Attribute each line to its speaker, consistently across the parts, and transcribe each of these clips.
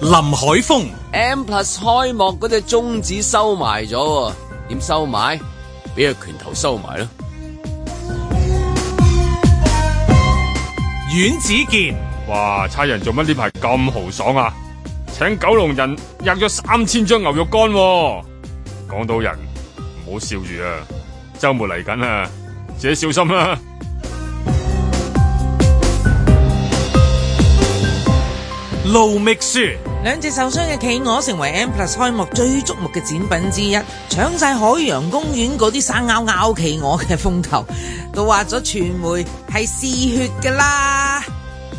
Speaker 1: 林海峰、
Speaker 2: M Plus 開幕嗰隻中指收埋咗喎，點收埋？俾個拳頭收埋咯。
Speaker 1: 阮子健、
Speaker 3: 哇！差人做乜呢排咁豪爽啊？請九龍人入咗三千張牛肉乾、喎。港島人唔好笑住啊！周末嚟緊啊，自己小心啦、
Speaker 1: 盧覓雪、
Speaker 4: 兩隻受傷嘅企鵝成為 M+ 開幕最矚目嘅展品之一，搶晒海洋公園嗰啲生拗拗企鵝嘅風頭，都話咗傳媒係嗜血㗎啦。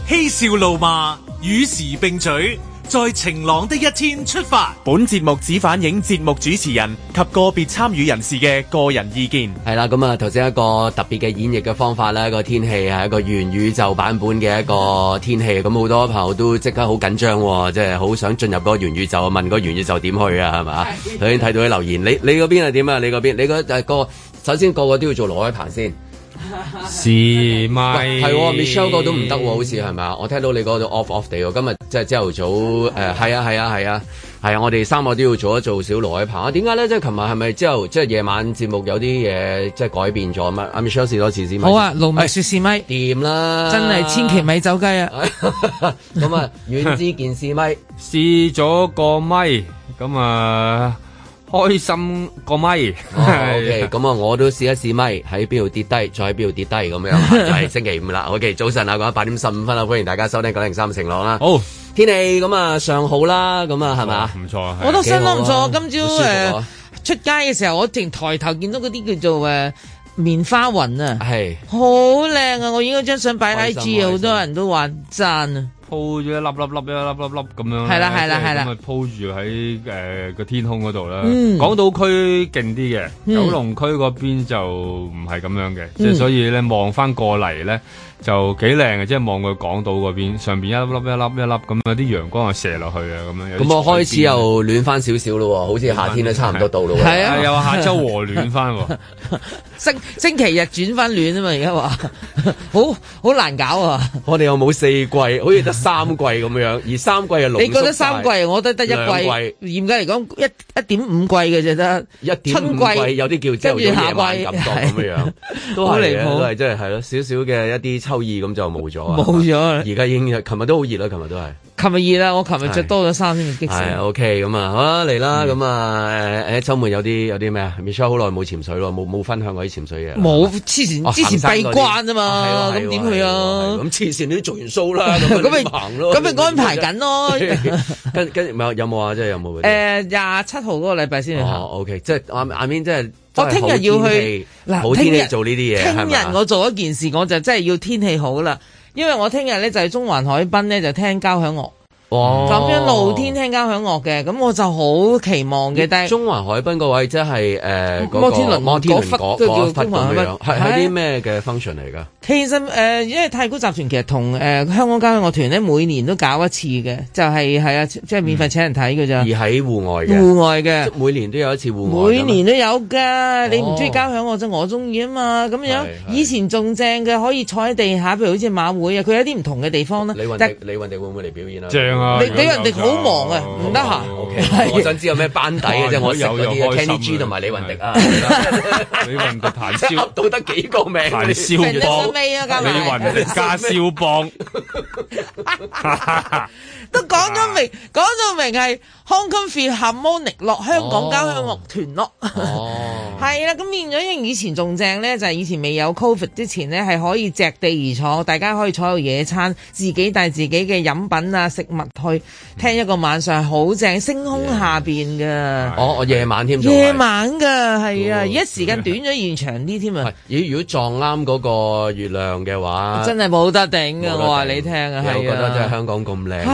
Speaker 1: 嬉笑怒罵，與時並舉，在晴朗的一天出發。
Speaker 5: 本節目只反映節目主持人及個別參與人士嘅個人意見。
Speaker 2: 係啦，咁啊頭先一個特別嘅演繹嘅方法啦，一個天氣係一個元宇宙版本嘅一個天氣，咁好多朋友都即刻好緊張喎，即係好想進入嗰個元宇宙，問嗰個元宇宙點去啊，係嘛？頭先睇到啲留言，你你嗰邊係點啊？你嗰邊你嗰誒個首先個個都要做羅海鵬先。
Speaker 6: 是咪？
Speaker 2: 喂，係喎，Michelle 個都唔得喎， 好似係咪啊？我聽到你嗰度 off off 地喎，今日即係朝頭早誒，係啊係啊係啊係啊，我哋三個都要做一做小羅海鵬啊。點解咧？即係琴日係咪朝頭即係夜晚節目有啲嘢即係改變咗嘛？阿 Michelle 試多次先。哎
Speaker 4: 好啊，盧覓雪試咪，
Speaker 2: 掂啦，
Speaker 4: 真係千祈咪走雞啊！
Speaker 2: 咁啊，遠之件事咪
Speaker 6: 試咗個咪，咁啊開心個咪。
Speaker 2: 哦，OK，咁啊，
Speaker 6: 哎
Speaker 2: 我都試一試咪喺邊度跌低，再喺邊度跌低咁 樣，就係星期五啦。OK，早晨啊，講八點十五分啊，歡迎大家收聽九零三晴朗啦。
Speaker 6: 好，
Speaker 2: 天氣咁啊尚好啦，咁啊係嘛？
Speaker 6: 唔錯啊，
Speaker 4: 我都相當唔
Speaker 2: 好啊
Speaker 4: 錯，今朝
Speaker 2: 好舒服
Speaker 4: 誒
Speaker 2: 啊
Speaker 4: 出街嘅時候，我淨抬頭見到嗰啲叫做誒棉花雲啊，
Speaker 2: 係
Speaker 4: 好靚啊！我影咗張相擺
Speaker 2: 開
Speaker 4: I
Speaker 2: 心啊
Speaker 4: G 啊，好多
Speaker 2: 開心
Speaker 4: 人都話讚啊！
Speaker 6: 鋪咗一粒粒粒一粒粒粒咁樣咧。
Speaker 4: 係啦係啦
Speaker 6: 即
Speaker 4: 係啦
Speaker 6: 咁啊鋪住喺誒個天空嗰度啦。港島區勁啲嘅，九龍區嗰邊就唔係咁樣嘅，即係所以咧望翻過嚟咧。就幾靚嘅，即係望佢港島嗰邊上邊一粒粒一粒一粒咁啊，啲陽光啊射落去啊，咁樣有啲
Speaker 2: 咁我
Speaker 6: 彩
Speaker 2: 開始
Speaker 6: 邊啊
Speaker 2: 又暖翻少少咯喎，好似夏天都差唔多到咯喎。
Speaker 4: 係啊
Speaker 6: 啊，又話下周和暖翻喎，
Speaker 4: 星星期日轉翻暖啊嘛，而家話 好好難搞啊！
Speaker 2: 我哋有冇四季？好似得三季咁樣，而三季又濃縮晒
Speaker 4: 你覺得三季，我覺得得一
Speaker 2: 兩
Speaker 4: 季，嚴格嚟講一一點五季嘅啫得。
Speaker 2: 一點五
Speaker 4: 春季
Speaker 2: 季，有啲叫朝頭早夜晚感覺咁樣樣，都
Speaker 4: 好
Speaker 2: 係
Speaker 4: 離
Speaker 2: 嘅
Speaker 4: 譜
Speaker 2: 都係真係係咯，少少嘅一啲秋意咁就冇咗啊。
Speaker 4: 冇咗啦
Speaker 2: 而家已經，琴日都好熱啦，琴日都係。
Speaker 4: 琴日熱啦，我琴日着
Speaker 2: 係
Speaker 4: 多咗衫先至激死。
Speaker 2: 係 OK 咁啊，好啦嚟啦
Speaker 4: 嗯
Speaker 2: 咁啊誒誒，週末有啲有啲咩啊？Michelle 好耐冇潛水咯，冇冇分享嗰啲潛水嘢啦。
Speaker 4: 冇黐線，
Speaker 2: 哦
Speaker 4: 之前
Speaker 2: 行山
Speaker 4: 閉
Speaker 2: 嗰啲
Speaker 4: 關啊
Speaker 2: 啊
Speaker 4: 嘛，
Speaker 2: 係喎
Speaker 4: 咁點去啊
Speaker 2: 係喎係喎係喎？咁黐線你都做完 show 啦，咁
Speaker 4: 咁
Speaker 2: 咁
Speaker 4: 咪
Speaker 2: 咪行咯，
Speaker 4: 咁咪安排緊咯。
Speaker 2: 跟跟唔係有冇啊？即係有冇嗰
Speaker 4: 誒
Speaker 2: 啲？
Speaker 4: 呃廿七號嗰個禮拜先去
Speaker 2: 哦
Speaker 4: 行。
Speaker 2: ，OK，即係我眼面即係
Speaker 4: 我聽日要去
Speaker 2: 嗱，好天氣做呢啲嘢，係
Speaker 4: 聽
Speaker 2: 咪啊
Speaker 4: 日我做一件事，我就真係要天氣好啦，因為我聽日咧就係中環海濱咧就聽交響樂。
Speaker 2: 哦
Speaker 4: 咁樣露天聽交響樂嘅，咁我就好期望嘅。但係
Speaker 2: 中環海濱嗰位即係誒嗰個
Speaker 4: 摩天輪
Speaker 2: 摩天輪
Speaker 4: 嗰
Speaker 2: 嗰
Speaker 4: 忽都叫
Speaker 2: 嗰忽
Speaker 4: 中環海
Speaker 2: 咁
Speaker 4: 濱
Speaker 2: 樣，係係
Speaker 4: 係
Speaker 2: 啲咩嘅 function 嚟㗎？
Speaker 4: 其實誒、呃因為太古集團其實同誒、呃香港交響樂團咧每年都搞一次嘅，就係係啊，即係免費請人睇嘅咋
Speaker 2: 嗯而，喺戶外嘅，
Speaker 4: 戶外嘅
Speaker 2: 即。每年都有一次戶外㗎
Speaker 4: 每
Speaker 2: 嘛。
Speaker 4: 年都有㗎，你唔中意
Speaker 2: 哦
Speaker 4: 交響樂啫，我中意啊嘛。咁樣
Speaker 2: 係係
Speaker 4: 以前仲正嘅，可以坐喺地下，譬如好似馬會啊，佢有啲唔同嘅地方啦
Speaker 2: 李。雲
Speaker 4: 但
Speaker 2: 迪，李雲迪會唔會嚟表演啊？
Speaker 6: 正啊！
Speaker 4: 你你人哋好忙啊唔得閒
Speaker 2: O
Speaker 6: OK，
Speaker 2: K，我想知有咩班底 嘅啫，
Speaker 6: 哇
Speaker 2: 我識嗰
Speaker 6: 有
Speaker 2: 啲
Speaker 6: 有開心
Speaker 2: Kenny
Speaker 6: 啊
Speaker 2: G 同埋李雲迪啊，
Speaker 6: 你雲迪彈
Speaker 2: 即係噏
Speaker 6: 燒
Speaker 2: 到得幾個名嗰
Speaker 6: 彈
Speaker 2: 啲。
Speaker 6: 燒
Speaker 4: 到
Speaker 6: 幫，
Speaker 4: 尾啊，加
Speaker 6: 你
Speaker 4: 埋
Speaker 6: 雲迪加燒 幫，
Speaker 4: 都講咗明，講到明係 Hong Kong Philharmonic 落香港交響樂團咯。
Speaker 2: 哦，
Speaker 4: 係啦，咁變咗，因為以前仲正咧，就係、以前未有 Covid 之前咧，係可以席地而坐，大家可以坐喺度野餐，自己帶自己嘅飲品啊、食物去
Speaker 2: 嗯
Speaker 4: 聽一個晚上，好正，星空下邊嘅
Speaker 2: 我我夜晚哦添，仲係
Speaker 4: 夜晚嘅係啊，
Speaker 2: 哦
Speaker 4: 而家時間短咗，延長啲添
Speaker 2: 係
Speaker 4: 啊，
Speaker 2: 咦？如果撞啱嗰個月亮嘅話，
Speaker 4: 真係冇得頂
Speaker 2: 冇
Speaker 4: 啊！
Speaker 2: 得
Speaker 4: 我話
Speaker 2: 頂
Speaker 4: 你聽啊，
Speaker 2: 你又
Speaker 4: 係
Speaker 2: 覺得真係
Speaker 4: 啊，
Speaker 2: 香港咁靚，
Speaker 4: 係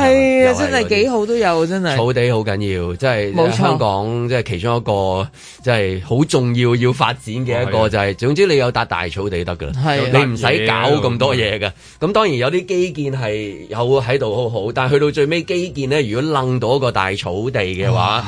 Speaker 4: 啊，
Speaker 2: 咪
Speaker 4: 真係幾。好都有，真
Speaker 2: 又係嗰啲草
Speaker 4: 係
Speaker 2: 地好緊要，即係
Speaker 4: 冇錯
Speaker 2: 香港即係其中一個即係好重要要發展嘅一
Speaker 6: 哦係
Speaker 2: 個
Speaker 6: 啊
Speaker 2: 就係，總之你有笪大草地得㗎啦。
Speaker 4: 係啊
Speaker 2: 你唔使搞咁多嘢嘅。咁當然有啲基建
Speaker 6: 哦
Speaker 2: 係有喺度好好，但係去到最尾基建咧，如果楞到一個大草地嘅話。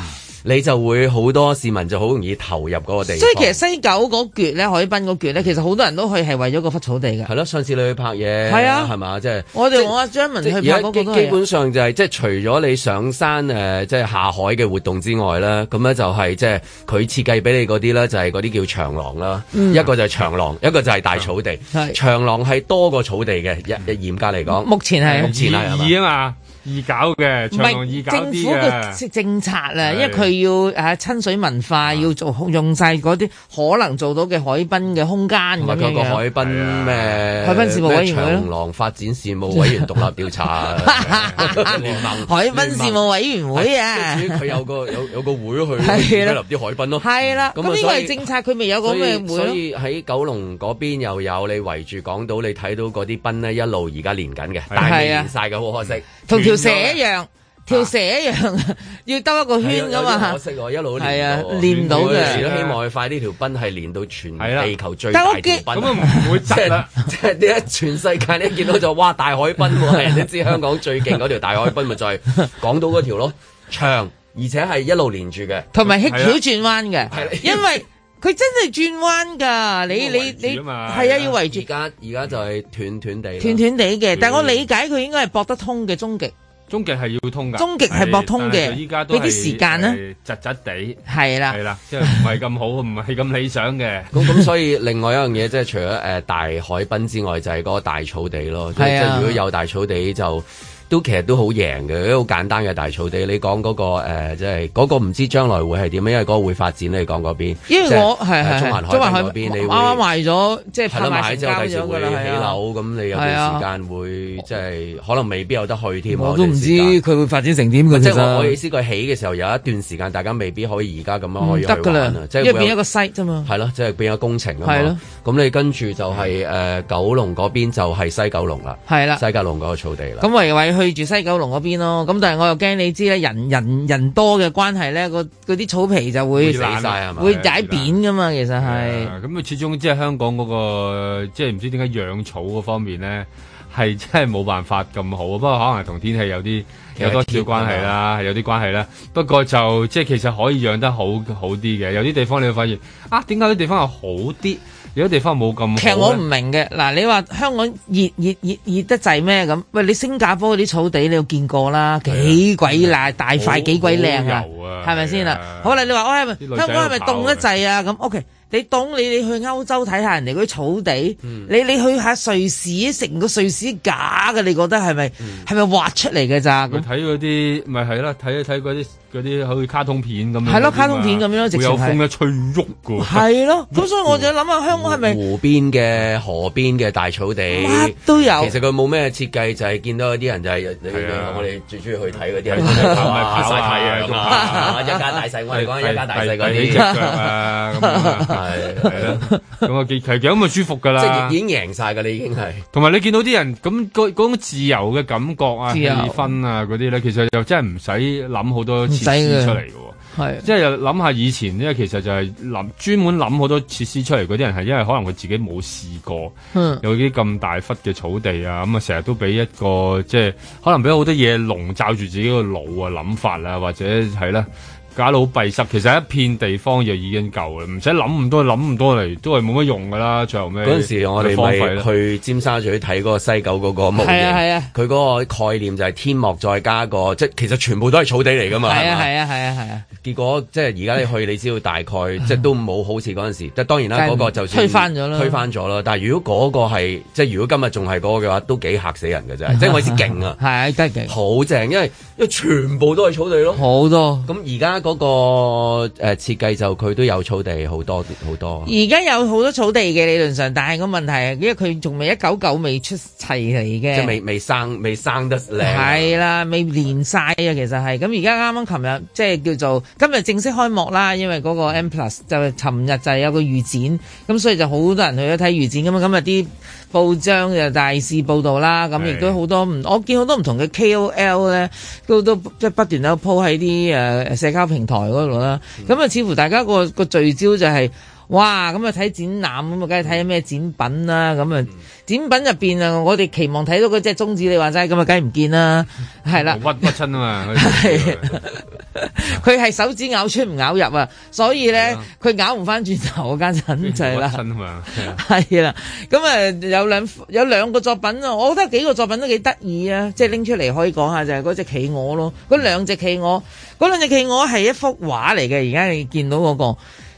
Speaker 2: 你就會好多市民就好容易投入嗰個地方。哦
Speaker 4: 所以其實西九嗰橛咧，海濱嗰橛咧，其實好多人都去係為咗個忽草地嘅。
Speaker 2: 係咯，上次你去拍嘢
Speaker 4: 係啊
Speaker 2: 係嘛，即係。
Speaker 4: 我哋我阿張文去
Speaker 2: 即係
Speaker 4: 拍
Speaker 2: 而家
Speaker 4: 嗰個
Speaker 2: 基
Speaker 4: 都
Speaker 2: 基
Speaker 4: 係啊。
Speaker 2: 本上就係即係除咗你上山誒、呃即係下海嘅活動之外啦，咁咧就係即係佢設計俾你嗰啲咧，就係嗰啲叫長廊啦。一個就係長廊，一個就係大草地。
Speaker 4: 嗯係嗯
Speaker 2: 長廊係多過草地嘅，一一嚴格嚟講。
Speaker 4: 目前係
Speaker 2: 目前係係嘛
Speaker 6: 易啊嘛，易搞嘅，
Speaker 4: 唔
Speaker 6: 長隆易
Speaker 4: 係
Speaker 6: 搞
Speaker 4: 政
Speaker 6: 啲
Speaker 4: 府
Speaker 6: 嘅。
Speaker 4: 嘅政策啦，
Speaker 6: 係
Speaker 4: 因為佢要誒親水文化，要做用晒嗰啲可能做到嘅海濱嘅空間
Speaker 2: 同
Speaker 4: 咁
Speaker 2: 啊埋佢
Speaker 4: 樣
Speaker 2: 個
Speaker 4: 樣。
Speaker 2: 海濱
Speaker 6: 啊
Speaker 2: 咩？
Speaker 4: 海濱事務委員會咯
Speaker 2: 咩長廊發展事務委員獨立 調查 聯盟。
Speaker 4: 海濱事務委員會啊
Speaker 2: 即，係至於佢有個 有有個會去
Speaker 4: 係啦
Speaker 2: 建立啲海濱咯。
Speaker 4: 係啦，咁
Speaker 2: 咁
Speaker 4: 呢個
Speaker 2: 啊所以
Speaker 4: 係政策，佢咪有
Speaker 2: 所
Speaker 4: 咁
Speaker 2: 以
Speaker 4: 嘅
Speaker 2: 所
Speaker 4: 會咯。
Speaker 2: 以喺九龍嗰邊又有你圍住港島，你睇到嗰啲賓咧一路而家連緊嘅，但係未連晒嘅，好可惜。
Speaker 4: 啊同條蛇一樣，條蛇一樣， 要兜一個圈噶
Speaker 2: 係啊有啲
Speaker 4: 嘛
Speaker 2: 可。惜喎，一路
Speaker 4: 係啊
Speaker 2: 連喎
Speaker 4: 連唔到嘅
Speaker 2: 我有時都希望佢快啲條賓係連到全
Speaker 6: 係啦
Speaker 2: 地球最
Speaker 4: 但
Speaker 2: 大
Speaker 4: 我
Speaker 2: 條
Speaker 4: 記
Speaker 2: 賓。
Speaker 6: 咁啊唔會
Speaker 2: 即
Speaker 6: 執
Speaker 2: 係
Speaker 6: 啦，
Speaker 2: 即係你一全世界你一見到就哇大海濱喎， 人哋知香港最勁嗰條大海濱咪就係港島嗰條咯，長而且係一路連住嘅。
Speaker 4: 同埋
Speaker 6: 係啦啊
Speaker 4: 蹊蹺轉彎
Speaker 2: 係啦
Speaker 4: 嘅，因為佢真係轉彎㗎，你你
Speaker 6: 圍
Speaker 4: 你
Speaker 6: 住啊嘛
Speaker 4: 係啊，要圍
Speaker 2: 而
Speaker 4: 住
Speaker 2: 家而家就係斷斷地啦，
Speaker 4: 斷斷地嘅。但我理解佢應該係駁得通嘅終極，
Speaker 6: 終極係要通㗎，
Speaker 4: 終極係駁通嘅
Speaker 6: 但係佢依家都係
Speaker 4: 俾啲時間啦
Speaker 6: 係窒窒地
Speaker 4: 係啦
Speaker 6: 係。啦，即係唔係咁好，唔係咁理想嘅。
Speaker 2: 咁咁所以另外一樣嘢即係除咗誒、呃大海濱之外，就係嗰個大草地咯。即
Speaker 4: 係
Speaker 2: 係
Speaker 4: 啊
Speaker 2: 如果有大草地就。都其實都好贏嘅，一個好簡單嘅大草地。你講嗰、個呃即係嗰個唔知將來會係點，因為嗰個會發展。你講嗰邊，
Speaker 4: 因為我
Speaker 2: 即係
Speaker 4: 係係
Speaker 2: 呃中
Speaker 4: 中
Speaker 2: 環海濱嗰邊，你
Speaker 4: 啱
Speaker 2: 會
Speaker 4: 啱賣咗，即係
Speaker 2: 係
Speaker 4: 拍
Speaker 2: 啦，
Speaker 4: 賣
Speaker 2: 買
Speaker 4: 成
Speaker 2: 之
Speaker 4: 交
Speaker 2: 後第時
Speaker 4: 咗㗎
Speaker 2: 會
Speaker 4: 啦，
Speaker 2: 起
Speaker 4: 係啊。
Speaker 2: 樓，咁你有
Speaker 4: 係啊
Speaker 2: 段時間會即係可能未必有得去添。
Speaker 4: 我都唔
Speaker 2: 哋
Speaker 4: 知
Speaker 2: 時間
Speaker 4: 佢會發展成點嘅，
Speaker 2: 即
Speaker 4: 其
Speaker 2: 係我我意
Speaker 4: 實
Speaker 2: 思，佢起嘅時候有一段時間，大家未必可以而家咁樣可
Speaker 4: 唔
Speaker 2: 以去
Speaker 4: 嗯得㗎
Speaker 2: 玩
Speaker 4: 啦
Speaker 2: 啊，即係
Speaker 4: 因為
Speaker 2: 會有啊
Speaker 4: 變一個 site 啫嘛。
Speaker 2: 係咯，即係變咗工程啊
Speaker 4: 係咯
Speaker 2: 嘛。咁你跟住就係、呃九龍嗰邊就係西九龍啦，
Speaker 4: 係啦，
Speaker 2: 西九龍嗰個草地啦。
Speaker 4: 咁唯唯去住西九龍嗰邊咯。咁但係我又驚你知咧，人人人多嘅關係咧，個嗰啲草皮就會
Speaker 2: 會死
Speaker 6: 爛
Speaker 2: 晒係嘛？
Speaker 4: 會解扁㗎嘛。其實係
Speaker 6: 啊咁佢始終即係香港嗰、個即係唔知點解養草嗰方面咧，係真係冇辦法咁好。啊不過可能係同天氣有啲
Speaker 2: 其實
Speaker 6: 有多少
Speaker 2: 天
Speaker 6: 關係啦，係有啲關係啦。不過就即係其實可以養得好好啲嘅。有啲地方你會發現啊，點解啲地方係好啲，有啲地方冇咁好呢
Speaker 4: 其實我唔明嘅，嗱你話香港熱熱熱熱得滯咩咁？喂，你新加坡嗰啲草地你有見過啦，幾鬼辣大塊，幾鬼靚啊
Speaker 6: 好油啊，
Speaker 4: 係咪先
Speaker 6: 係啊
Speaker 4: 啊？好啦，你話我係
Speaker 6: 啲女
Speaker 4: 咪
Speaker 6: 仔
Speaker 4: 香港係咪
Speaker 6: 喺度跑
Speaker 4: 凍得滯啊？咁 OK，你凍你你去歐洲睇下人哋嗰啲草地，你你去下瑞士，成個瑞士假嘅，你覺得係咪係咪畫出嚟嘅咋？
Speaker 6: 咪
Speaker 4: 啊咁
Speaker 6: 睇嗰啲，咪係啦，睇睇嗰啲嗰啲好似卡通片咁樣嗰啲嘛。
Speaker 4: 係咯卡通片咁樣咯直
Speaker 6: 會
Speaker 4: 情
Speaker 6: 有
Speaker 4: 係
Speaker 6: 風一吹喐㗎。
Speaker 4: 係咯，咁所以我就諗下香港係咪
Speaker 2: 湖邊嘅河邊嘅大草地，
Speaker 4: 乜都有
Speaker 2: 其？實佢冇咩設計，就係見到有啲人就係你
Speaker 6: 係啊
Speaker 2: 我哋最中意去睇嗰啲人，
Speaker 6: 係啊
Speaker 2: 哇
Speaker 6: 跑啊
Speaker 2: 曬太陽啊，一家大細，我哋講一家大細嗰
Speaker 6: 第幾隻
Speaker 2: 啲
Speaker 6: 腳，啊咁啊，
Speaker 2: 係
Speaker 6: 係啦，咁啊幾其實咁啊舒服噶
Speaker 2: 即係
Speaker 6: 啦
Speaker 2: 已。經贏晒㗎啦，已經係。
Speaker 6: 同埋你見到啲人咁嗰嗰種自由嘅感覺啊、
Speaker 4: 自
Speaker 6: 氣
Speaker 4: 由
Speaker 6: 氛啊嗰啲咧，其實又真係唔使諗好多
Speaker 4: 唔使
Speaker 6: 設施
Speaker 4: 嘅
Speaker 6: 出嚟嘅喎。
Speaker 2: 哎
Speaker 4: 係
Speaker 6: 即係又諗下以前咧，其實就係諗專門諗好多設施出嚟嗰啲人，係因為可能佢自己冇試過。
Speaker 4: 嗯
Speaker 6: 有啲咁大忽嘅草地啊，咁啊成日都俾一個即係可能俾好多嘢籠罩住自己個腦啊諗法啊，或者係啦，搞到好閉塞。其實一片地方就已經夠啦，唔使諗咁多，諗咁多嚟都係冇乜用噶啦。最後尾
Speaker 2: 嗰陣時，我哋
Speaker 6: 就荒廢
Speaker 2: 咪
Speaker 6: 啦
Speaker 2: 去尖沙咀睇嗰個西九嗰個模型，
Speaker 4: 係啊係啊
Speaker 2: 佢嗰個概念就係天幕再加個，即係其實全部都係草地嚟噶嘛，
Speaker 4: 係
Speaker 2: 係
Speaker 4: 啊
Speaker 2: 嘛
Speaker 4: 係啊係啊係啊！
Speaker 2: 結果即係而家你去，你知道大概 即係都冇好似嗰陣時，即係當然啦，
Speaker 4: 梗係
Speaker 2: 嗰個就算
Speaker 4: 推翻咗啦
Speaker 2: 推翻咗啦。但係如果嗰個係即係如果今日仲係嗰個嘅話，都幾嚇死人 嘅啫。即係我意思勁啊，
Speaker 4: 係真係勁
Speaker 2: 好正，因為因為全部都係草地咯。
Speaker 4: 好多。
Speaker 2: 咁而家嗰個誒設計就佢都有草地好多好多，
Speaker 4: 而家有好多草地嘅理論上，但係個問題係，因為佢仲未一九九未出齊嚟
Speaker 2: 即係
Speaker 4: 嘅，
Speaker 2: 未未生未生得靚啊。
Speaker 4: 係啦，未練晒啊，其實係咁。而家啱啱琴日即係叫做今日正式開幕啦，因為嗰個 M Plus 就尋日就有個預展，咁所以就好多人去咗睇預展咁啊。今日啲報章就大肆報導啦，咁亦都好多唔，我見好多唔同嘅 KOL 咧，都都即係不斷呃
Speaker 6: 嗯
Speaker 4: 都 po 喺啲誒社交平台嗰度啦。咁啊，似乎大家個個聚焦就係、哇！咁啊睇展覽咁啊，梗係睇咩展品啦。咁
Speaker 6: 嗯
Speaker 4: 啊，展品入邊啊，我哋期望睇到嗰隻中指，你話齋咁啊，梗係唔見 啦，係啦。
Speaker 6: 屈屈親啊嘛，嗰啲
Speaker 4: 係 佢係手指咬出唔咬入啊，所以咧佢咬唔翻轉頭嗰家陣就係啦
Speaker 6: 屈。親啊嘛，係啊
Speaker 4: 係啦，咁啊有兩有兩個作品啊，我覺得幾個作品都幾得意啊，即係拎出嚟可以講下就係嗰只企鵝咯，嗰兩隻企鵝，嗰兩隻企鵝係一幅畫嚟嘅，而家你見到嗰、個。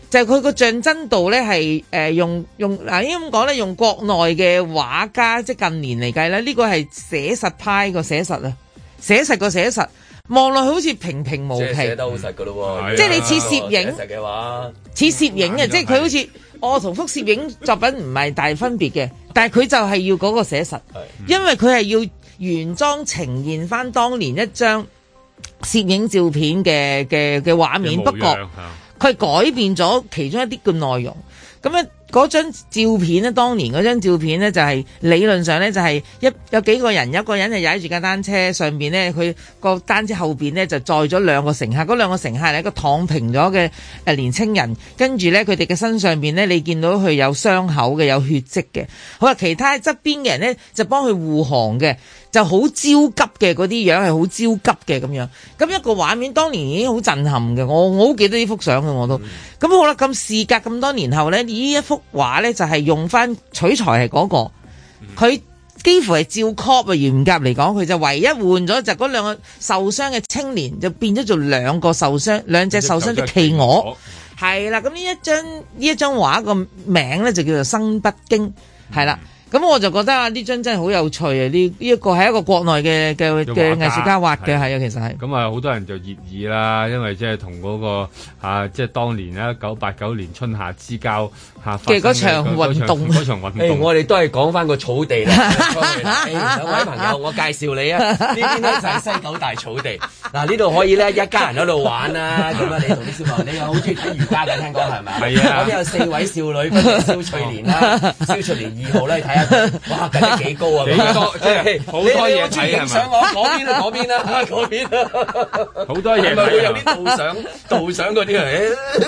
Speaker 4: 就係佢個象真度咧，係誒用用嗱應該咁講咧，用國內嘅畫家即係近年嚟計咧，呢個係寫實派個寫實啊，寫實個寫實，望落去好似平平無
Speaker 2: 即係
Speaker 4: 奇
Speaker 2: 寫，得好實噶咯
Speaker 6: 係
Speaker 2: 喎，啊
Speaker 6: 啊即係你
Speaker 4: 似攝影
Speaker 2: 寫實嘅話，
Speaker 4: 似攝影嘅，
Speaker 6: 嗯
Speaker 4: 即係佢好似我同幅攝影作品唔係大分別嘅，但係佢就係要嗰個寫實
Speaker 2: 係，
Speaker 4: 因為佢係要原裝呈現翻當年一張攝影照片嘅嘅嘅畫面，不過。佢改變咗其中一啲嘅內容。咁咧嗰張照片咧，當年嗰張照片咧就係、理論上咧就係、一有幾個人，有一個人係踩住架單車上邊咧，佢個單車後邊咧就載咗兩個乘客，嗰兩個乘客係一個躺平咗嘅誒年青人，跟住咧佢哋嘅身上邊咧，你見到佢有傷口嘅，有血跡嘅。好啦，其他側邊嘅人咧就幫佢護航嘅。就好焦急嘅嗰啲樣係好焦急嘅咁樣，咁一個畫面當年已經好震撼嘅，我我好記得呢幅相嘅我都。咁好啦，咁事隔咁多年後呢，呢一幅畫呢就係用翻取材係嗰、個，佢幾乎係照 cop 啊，嚴格嚟講，佢就唯一換咗就嗰兩個受傷嘅青年就變咗做兩個受傷兩隻受傷的企鵝。係啦，咁呢一張呢一張畫個名咧就叫做《生不經》，係啦。
Speaker 6: 嗯
Speaker 4: 咁我就覺得啊，呢張真係好有趣啊！呢呢一個係一個國內嘅嘅
Speaker 6: 嘅
Speaker 4: 嘅
Speaker 6: 畫家
Speaker 4: 藝術家畫嘅，
Speaker 6: 係
Speaker 4: 係啊，其實係。
Speaker 6: 咁啊，好多人就熱議啦，因為即係同嗰個啊，即係當年啦，一九八九年春夏之交啊嚇
Speaker 4: 嘅嗰場
Speaker 6: 嗰
Speaker 4: 運動
Speaker 6: 嗰場運
Speaker 2: 誒，
Speaker 6: 動
Speaker 2: 我哋都係講翻個草 地啦。誒兩位朋友，我介紹你啊，呢邊咧就係西九大草地。嗱，呢度可以咧一家人喺度玩啦。咁啊，你同啲小朋友，你又好中意睇瑜伽嘅，聽講係咪啊？
Speaker 6: 係啊
Speaker 2: 咁有四位少女，分別蕭翠蓮啦，蕭翠蓮二號咧，睇下佢哇，近得幾高 啊！
Speaker 6: 幾多即係
Speaker 2: 嘿
Speaker 6: 好多嘢
Speaker 2: 你你好中意
Speaker 6: 睇係咪
Speaker 2: 影相我嗰邊啦，嗰邊啦，啊嗰邊啦。
Speaker 6: 好多嘢
Speaker 2: 係咪會有
Speaker 6: 睇
Speaker 2: 啲
Speaker 6: 啊。
Speaker 2: 導賞導賞嗰啲嚟？出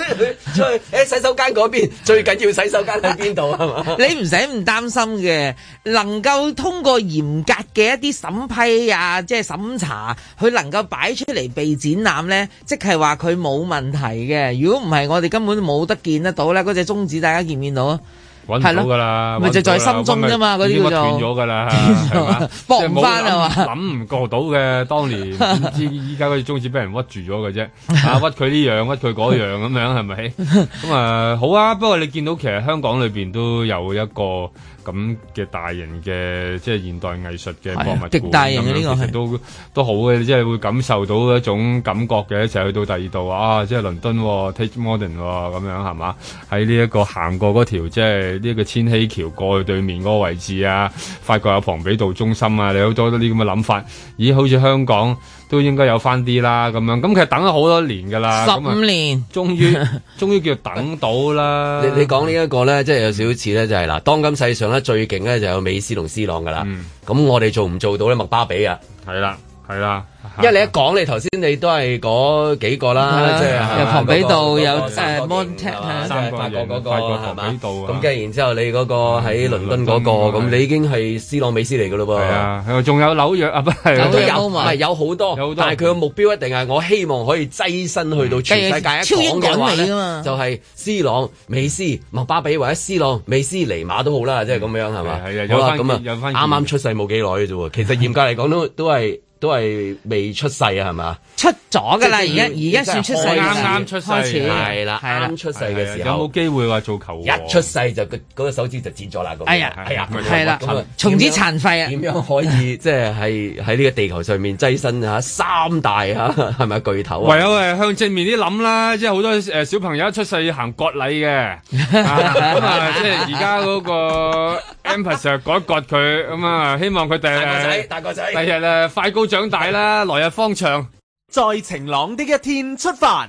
Speaker 2: 去誒洗手間嗰邊最緊要洗手間喺邊度係嘛？
Speaker 4: 你唔使唔擔心嘅，能夠通過嚴格嘅一啲審批啊，即係審查，佢能夠擺出嚟被展覽呢，即係話佢冇問題嘅。如果唔係，我哋根本冇得見得到啦。嗰隻中指大家見唔見到啊？
Speaker 6: 揾唔到㗎啦，
Speaker 4: 係咯咪就
Speaker 6: 揾唔到
Speaker 4: 在
Speaker 6: 啦
Speaker 4: 心中啫嘛
Speaker 6: 揾咪
Speaker 4: 嗰啲叫做
Speaker 6: 已經斷咗 㗎啦，
Speaker 4: 咗
Speaker 6: 係嘛
Speaker 4: 搏唔返啊
Speaker 6: 即係冇諗唔過到嘅，當年點 知依家嗰啲宗旨俾人屈住咗嘅啫，啊屈佢呢樣，屈佢嗰樣咁樣係咪？ 咁啊好啊，不過你見到其實香港裏邊都有一個咁嘅大型嘅即係現代藝術嘅
Speaker 4: 係啊
Speaker 6: 博物館，
Speaker 4: 極大型嘅呢個
Speaker 6: 咁樣其實
Speaker 4: 係
Speaker 6: 都都好嘅，即係會感受到一種感覺嘅，就去到第二度啊，即係倫敦、喎 Tate Modern 喎咁樣係嘛？喺呢一個行過嗰條即係呢個千禧橋過去對面嗰個位置啊，發覺有龐比道中心啊，你好多呢啲咁嘅諗法，咦？好似香港都應該有翻啲啦咁樣，咁其實等咗好多年㗎啦，
Speaker 4: 十
Speaker 6: 咁
Speaker 4: 五
Speaker 6: 啊，
Speaker 4: 年，
Speaker 6: 終於終於叫等到啦。
Speaker 2: 你 你講呢一個咧，即係有少少似咧，就係嗱，當今世上咧最勁咧就有美斯同斯朗噶啦。咁我哋做唔做到咧？麥巴比啊，
Speaker 6: 係啦係啦，
Speaker 2: 因為你一講你頭先你都係嗰幾個啦，即係
Speaker 4: 有龐比度有誒
Speaker 2: 誒
Speaker 4: Montag，係啊
Speaker 2: 三個法國嗰個
Speaker 6: 法國
Speaker 2: 係嘛
Speaker 6: 龐比度啊
Speaker 2: 咁跟住然之後你嗰個喺倫敦嗰個，
Speaker 6: 倫敦啊
Speaker 2: 咁你已經係斯朗美斯嚟噶咯
Speaker 6: 係
Speaker 2: 喎。
Speaker 6: 啊，係啊仲有紐約啊，不係
Speaker 2: 有都
Speaker 4: 有
Speaker 2: 有，唔
Speaker 4: 嘛
Speaker 2: 係有好
Speaker 6: 有好多
Speaker 2: 多，但係佢個目標一定係我希望可以躋身去
Speaker 4: 嗯
Speaker 2: 到全世界一
Speaker 4: 超英
Speaker 2: 講
Speaker 4: 趕
Speaker 2: 嘅話
Speaker 4: 美
Speaker 2: 咧，
Speaker 4: 㗎嘛
Speaker 2: 就係斯朗、美斯、麥巴比或者斯朗、美斯、尼馬都好啦，即係咁樣係嘛？
Speaker 6: 嗯係係有
Speaker 2: 好啦，
Speaker 6: 返
Speaker 2: 咁啊，
Speaker 6: 有
Speaker 2: 啱
Speaker 6: 返
Speaker 2: 啱出世冇幾耐嘅啫喎。其實嚴格嚟講都都係都係未出世啊，係嘛？
Speaker 4: 出咗㗎啦，而
Speaker 2: 即
Speaker 4: 家
Speaker 2: 係
Speaker 4: 而家哦算出世㗎啦，
Speaker 6: 啱啱出世
Speaker 4: 開始
Speaker 2: 哦係啦，
Speaker 4: 係啦
Speaker 2: 啱，出世嘅時
Speaker 6: 有
Speaker 2: 候
Speaker 6: 冇。機會話做球王？
Speaker 2: 一出世就個嗰個手指就剪咗啦，咁
Speaker 4: 哎呀
Speaker 2: 係啊，
Speaker 4: 係啦
Speaker 2: 咁啊，
Speaker 4: 從此殘廢啊！
Speaker 2: 點樣可以即係係喺呢個地球上面躋身嚇三大嚇係咪巨頭啊
Speaker 6: 唯？有誒向正面啲諗啦，即係好多誒小朋友一出世行割禮嘅，啊咁啊即係而家嗰個 emphasis 割一割佢，咁啊希望佢第
Speaker 2: 大個仔，
Speaker 6: 日
Speaker 2: 大個
Speaker 6: 第
Speaker 2: 仔。
Speaker 6: 日誒快高長大啦，來日方長。
Speaker 1: 在晴朗的一天出發。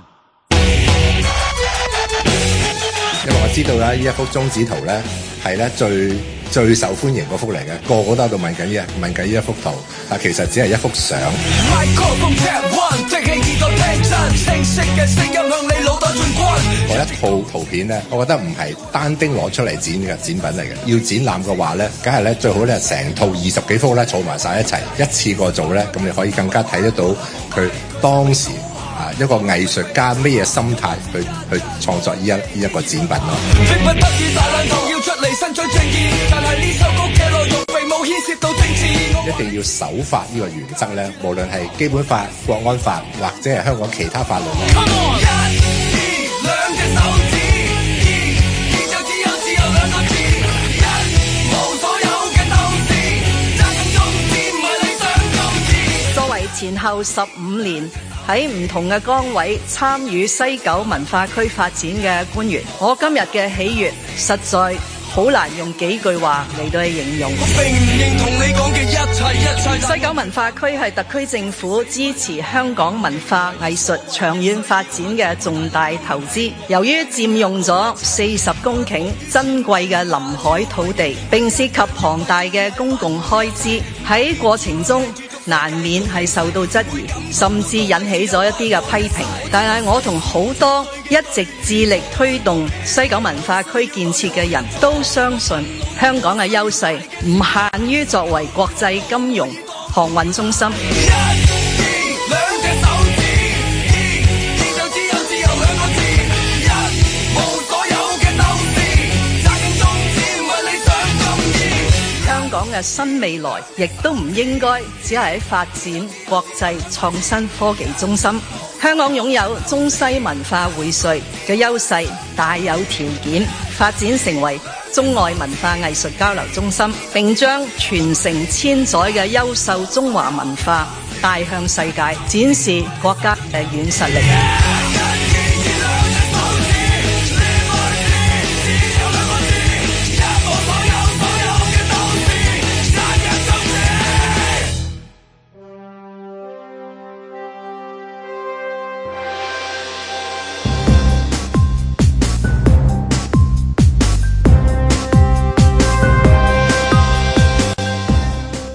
Speaker 7: 因為我知道啦，呢一幅中指圖咧係咧最最受歡迎嗰幅嚟嘅，個個都喺度問緊呢一問緊呢一幅圖，但其實只係一幅相。我一套圖片咧，我覺得唔係單丁攞出嚟展嘅展品嚟嘅，要展覽嘅話咧，梗係咧最好咧成套二十幾幅咧儲埋晒一齊，一次過做咧，咁你可以更加睇得到佢當時啊一個藝術家咩嘢心態去去創作呢一呢一個展品咯。一定要守法呢個原則咧，無論係基本法、國安法或者係香港其他法律咧。
Speaker 8: 作為前後十五年喺唔同嘅崗位參與西九文化區發展嘅官員，我今日嘅喜悅實在好難用幾句話嚟到去形容。西九文化區係特區政府支持香港文化藝術長遠發展嘅重大投資。由於佔用咗四十公頃珍貴嘅臨海土地，並涉及龐大嘅公共開支，喺過程中難免係受到質疑，甚至引起咗一啲嘅批評。但係我同好多一直致力推動西九文化區建設嘅人都相信，香港嘅優勢唔限於作為國際金融航運中心。香港嘅新未來，亦都唔應該只係喺發展國際創新科技中心。香港擁有中西文化薈萃嘅優勢，大有條件發展成為中外文化藝術交流中心，並將傳承千載嘅優秀中華文化帶向世界，展示國家嘅軟實力。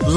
Speaker 1: 林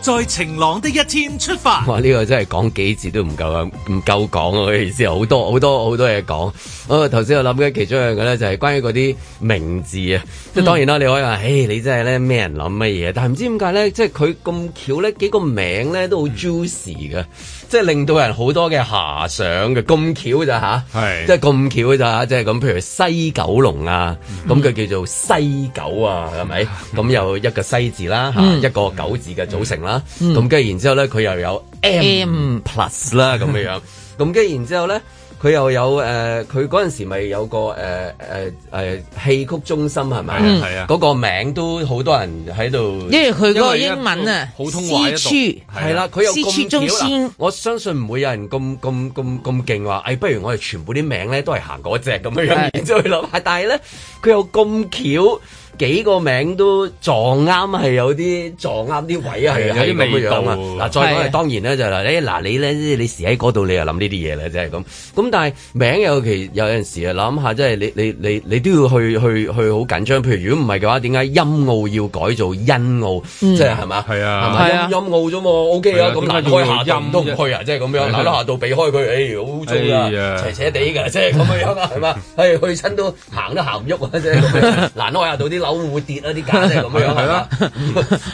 Speaker 1: 在晴朗的一天出發。
Speaker 2: 哇！呢、個真係講幾字都唔夠啊，唔夠講啊！我嘅意思係好多好多好多嘢講。我頭先我諗緊其中一樣嘅咧，就係關於嗰啲名字啊。即係當然啦，你可以話，誒你真係咧咩人諗乜嘢？但係唔知點解咧，即係佢咁巧咧幾個名咧都好 juicy 嘅，即係令到人好多嘅遐想嘅。咁巧咋吓？
Speaker 6: 係
Speaker 2: 即係咁巧咋吓？即係咁，譬如西九龍啊，咁佢叫做西九啊，係咪？咁有一個西字啦，嚇一個九字嘅組成啦。咁跟住然之後咧，佢又有 M plus 啦咁樣樣。咁跟住然之後咧。佢又有誒，佢嗰陣時咪有個呃誒誒誒戲曲中心係咪？
Speaker 6: 嗯係啊
Speaker 2: 嗰個名都好多人喺度。
Speaker 4: 因為佢嗰個英文啊，
Speaker 6: 因為一個普通話一度
Speaker 4: C 區
Speaker 2: 係啦，佢有
Speaker 4: 私處中
Speaker 2: 咁巧
Speaker 4: 先
Speaker 2: 嗱，我相信唔會有人咁咁咁咁勁話，哎誒，不如我哋全部啲名咧都係行嗰只咁樣樣，然之後去諗 下，但係咧佢又咁巧。幾個名都撞啱，係有啲撞啱啲位係
Speaker 6: 係啊有啲
Speaker 2: 係咁
Speaker 6: 味道
Speaker 2: 樣啊！嗱，再講
Speaker 4: 係啊
Speaker 2: 係當然咧就係嗱，誒嗱你咧你時喺嗰度你又諗呢啲嘢啦，真係咁。咁但係名有其有陣時啊諗下，即係你你你你都要去去去好緊張。譬如如果唔係嘅話，點解音澳要改做欣澳？即係係嘛？
Speaker 6: 係啊
Speaker 2: 係咪
Speaker 4: 嗯係啊
Speaker 2: 音澳啫嘛，OK 啊，
Speaker 6: 係啊
Speaker 2: 咁
Speaker 6: 點解
Speaker 2: 難
Speaker 6: 要
Speaker 2: 開下
Speaker 6: 音
Speaker 2: 音都唔
Speaker 6: 啫
Speaker 2: 去啊，即係咁樣，
Speaker 6: 係啊
Speaker 2: 難得下度避開佢，誒好污糟
Speaker 6: 哎呀
Speaker 2: 噶，斜斜地㗎， 即係咁樣 啊，係嘛？係去親都行都行唔喐啊，即係咁樣，難開下度啲樓會唔會跌啊，啲價即係咁樣係嘛？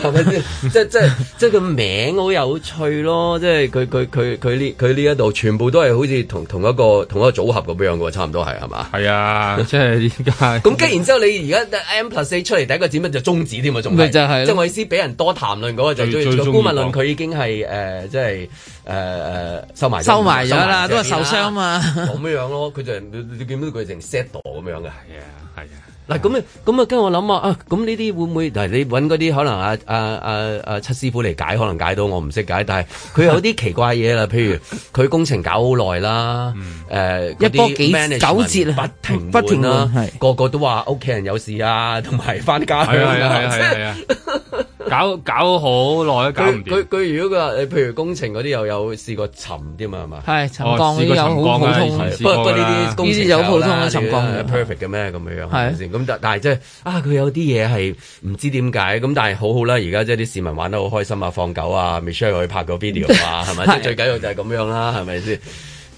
Speaker 2: 係咪先？即即即係個名好有趣咯，即係佢佢佢佢呢佢呢一度全部都係好似同同一個同一個組合咁樣嘅喎，差唔多係係嘛？
Speaker 6: 係啊，即係依家
Speaker 2: 咁跟然之後，你而家 M plus 四出嚟第一個展品就中指添啊，仲
Speaker 4: 咪就係咯
Speaker 2: 即係我意思，俾人多談論嗰個就
Speaker 6: 最
Speaker 2: 最
Speaker 6: 最
Speaker 2: 個
Speaker 6: 中意
Speaker 2: 姑勿論，
Speaker 6: 講
Speaker 2: 佢已經係誒即係誒誒收埋咗
Speaker 4: 收埋咗啦，
Speaker 2: 收
Speaker 4: 都
Speaker 2: 埋
Speaker 4: 係
Speaker 2: 咗
Speaker 4: 受傷嘛。
Speaker 2: 咁樣咯，佢就係你你見到佢成 set 度咁樣嘅。
Speaker 6: 係啊係啊。
Speaker 2: 嗱咁啊咁啊，跟住我諗啊啊，咁呢啲會唔會嗱？你揾嗰啲可能啊啊啊啊七師傅嚟解，可能解到我唔識解，但係佢有啲奇怪嘢啦， 譬如佢工程搞好耐啦，誒
Speaker 4: 嗯一波幾九折
Speaker 2: 不
Speaker 4: 啊
Speaker 2: 停
Speaker 4: 不停換
Speaker 2: 換啦
Speaker 4: 係，
Speaker 2: 個個都話屋企人有事啊，同埋翻家鄉
Speaker 6: 係啊係啊係啊係啊！搞搞好耐都搞唔
Speaker 2: 佢
Speaker 6: 掂
Speaker 2: 佢。佢如果佢話誒譬如工程嗰啲又有試過沉添啊嘛，係嘛？
Speaker 4: 係沉
Speaker 6: 哦
Speaker 4: 降嗰
Speaker 6: 試
Speaker 4: 啲
Speaker 6: 過
Speaker 4: 有好
Speaker 6: 沉
Speaker 4: 普
Speaker 6: 降啊以
Speaker 4: 通
Speaker 6: 前
Speaker 4: 嘅。
Speaker 2: 係不不過呢啲工程
Speaker 4: 呢啲就好普通
Speaker 2: 啦
Speaker 4: 嘅沉降
Speaker 2: 呢啲係啊 perfect 嘅咩咁樣樣係咪
Speaker 4: 係
Speaker 2: 先？咁但但係即係啊，佢有啲嘢係唔知點解咁，但係好好啦，而家即係啲市民玩得好開心啊，放狗啊，Michelle 去拍個 video 啊，係咪？即係最緊要就係咁樣啦，係咪先？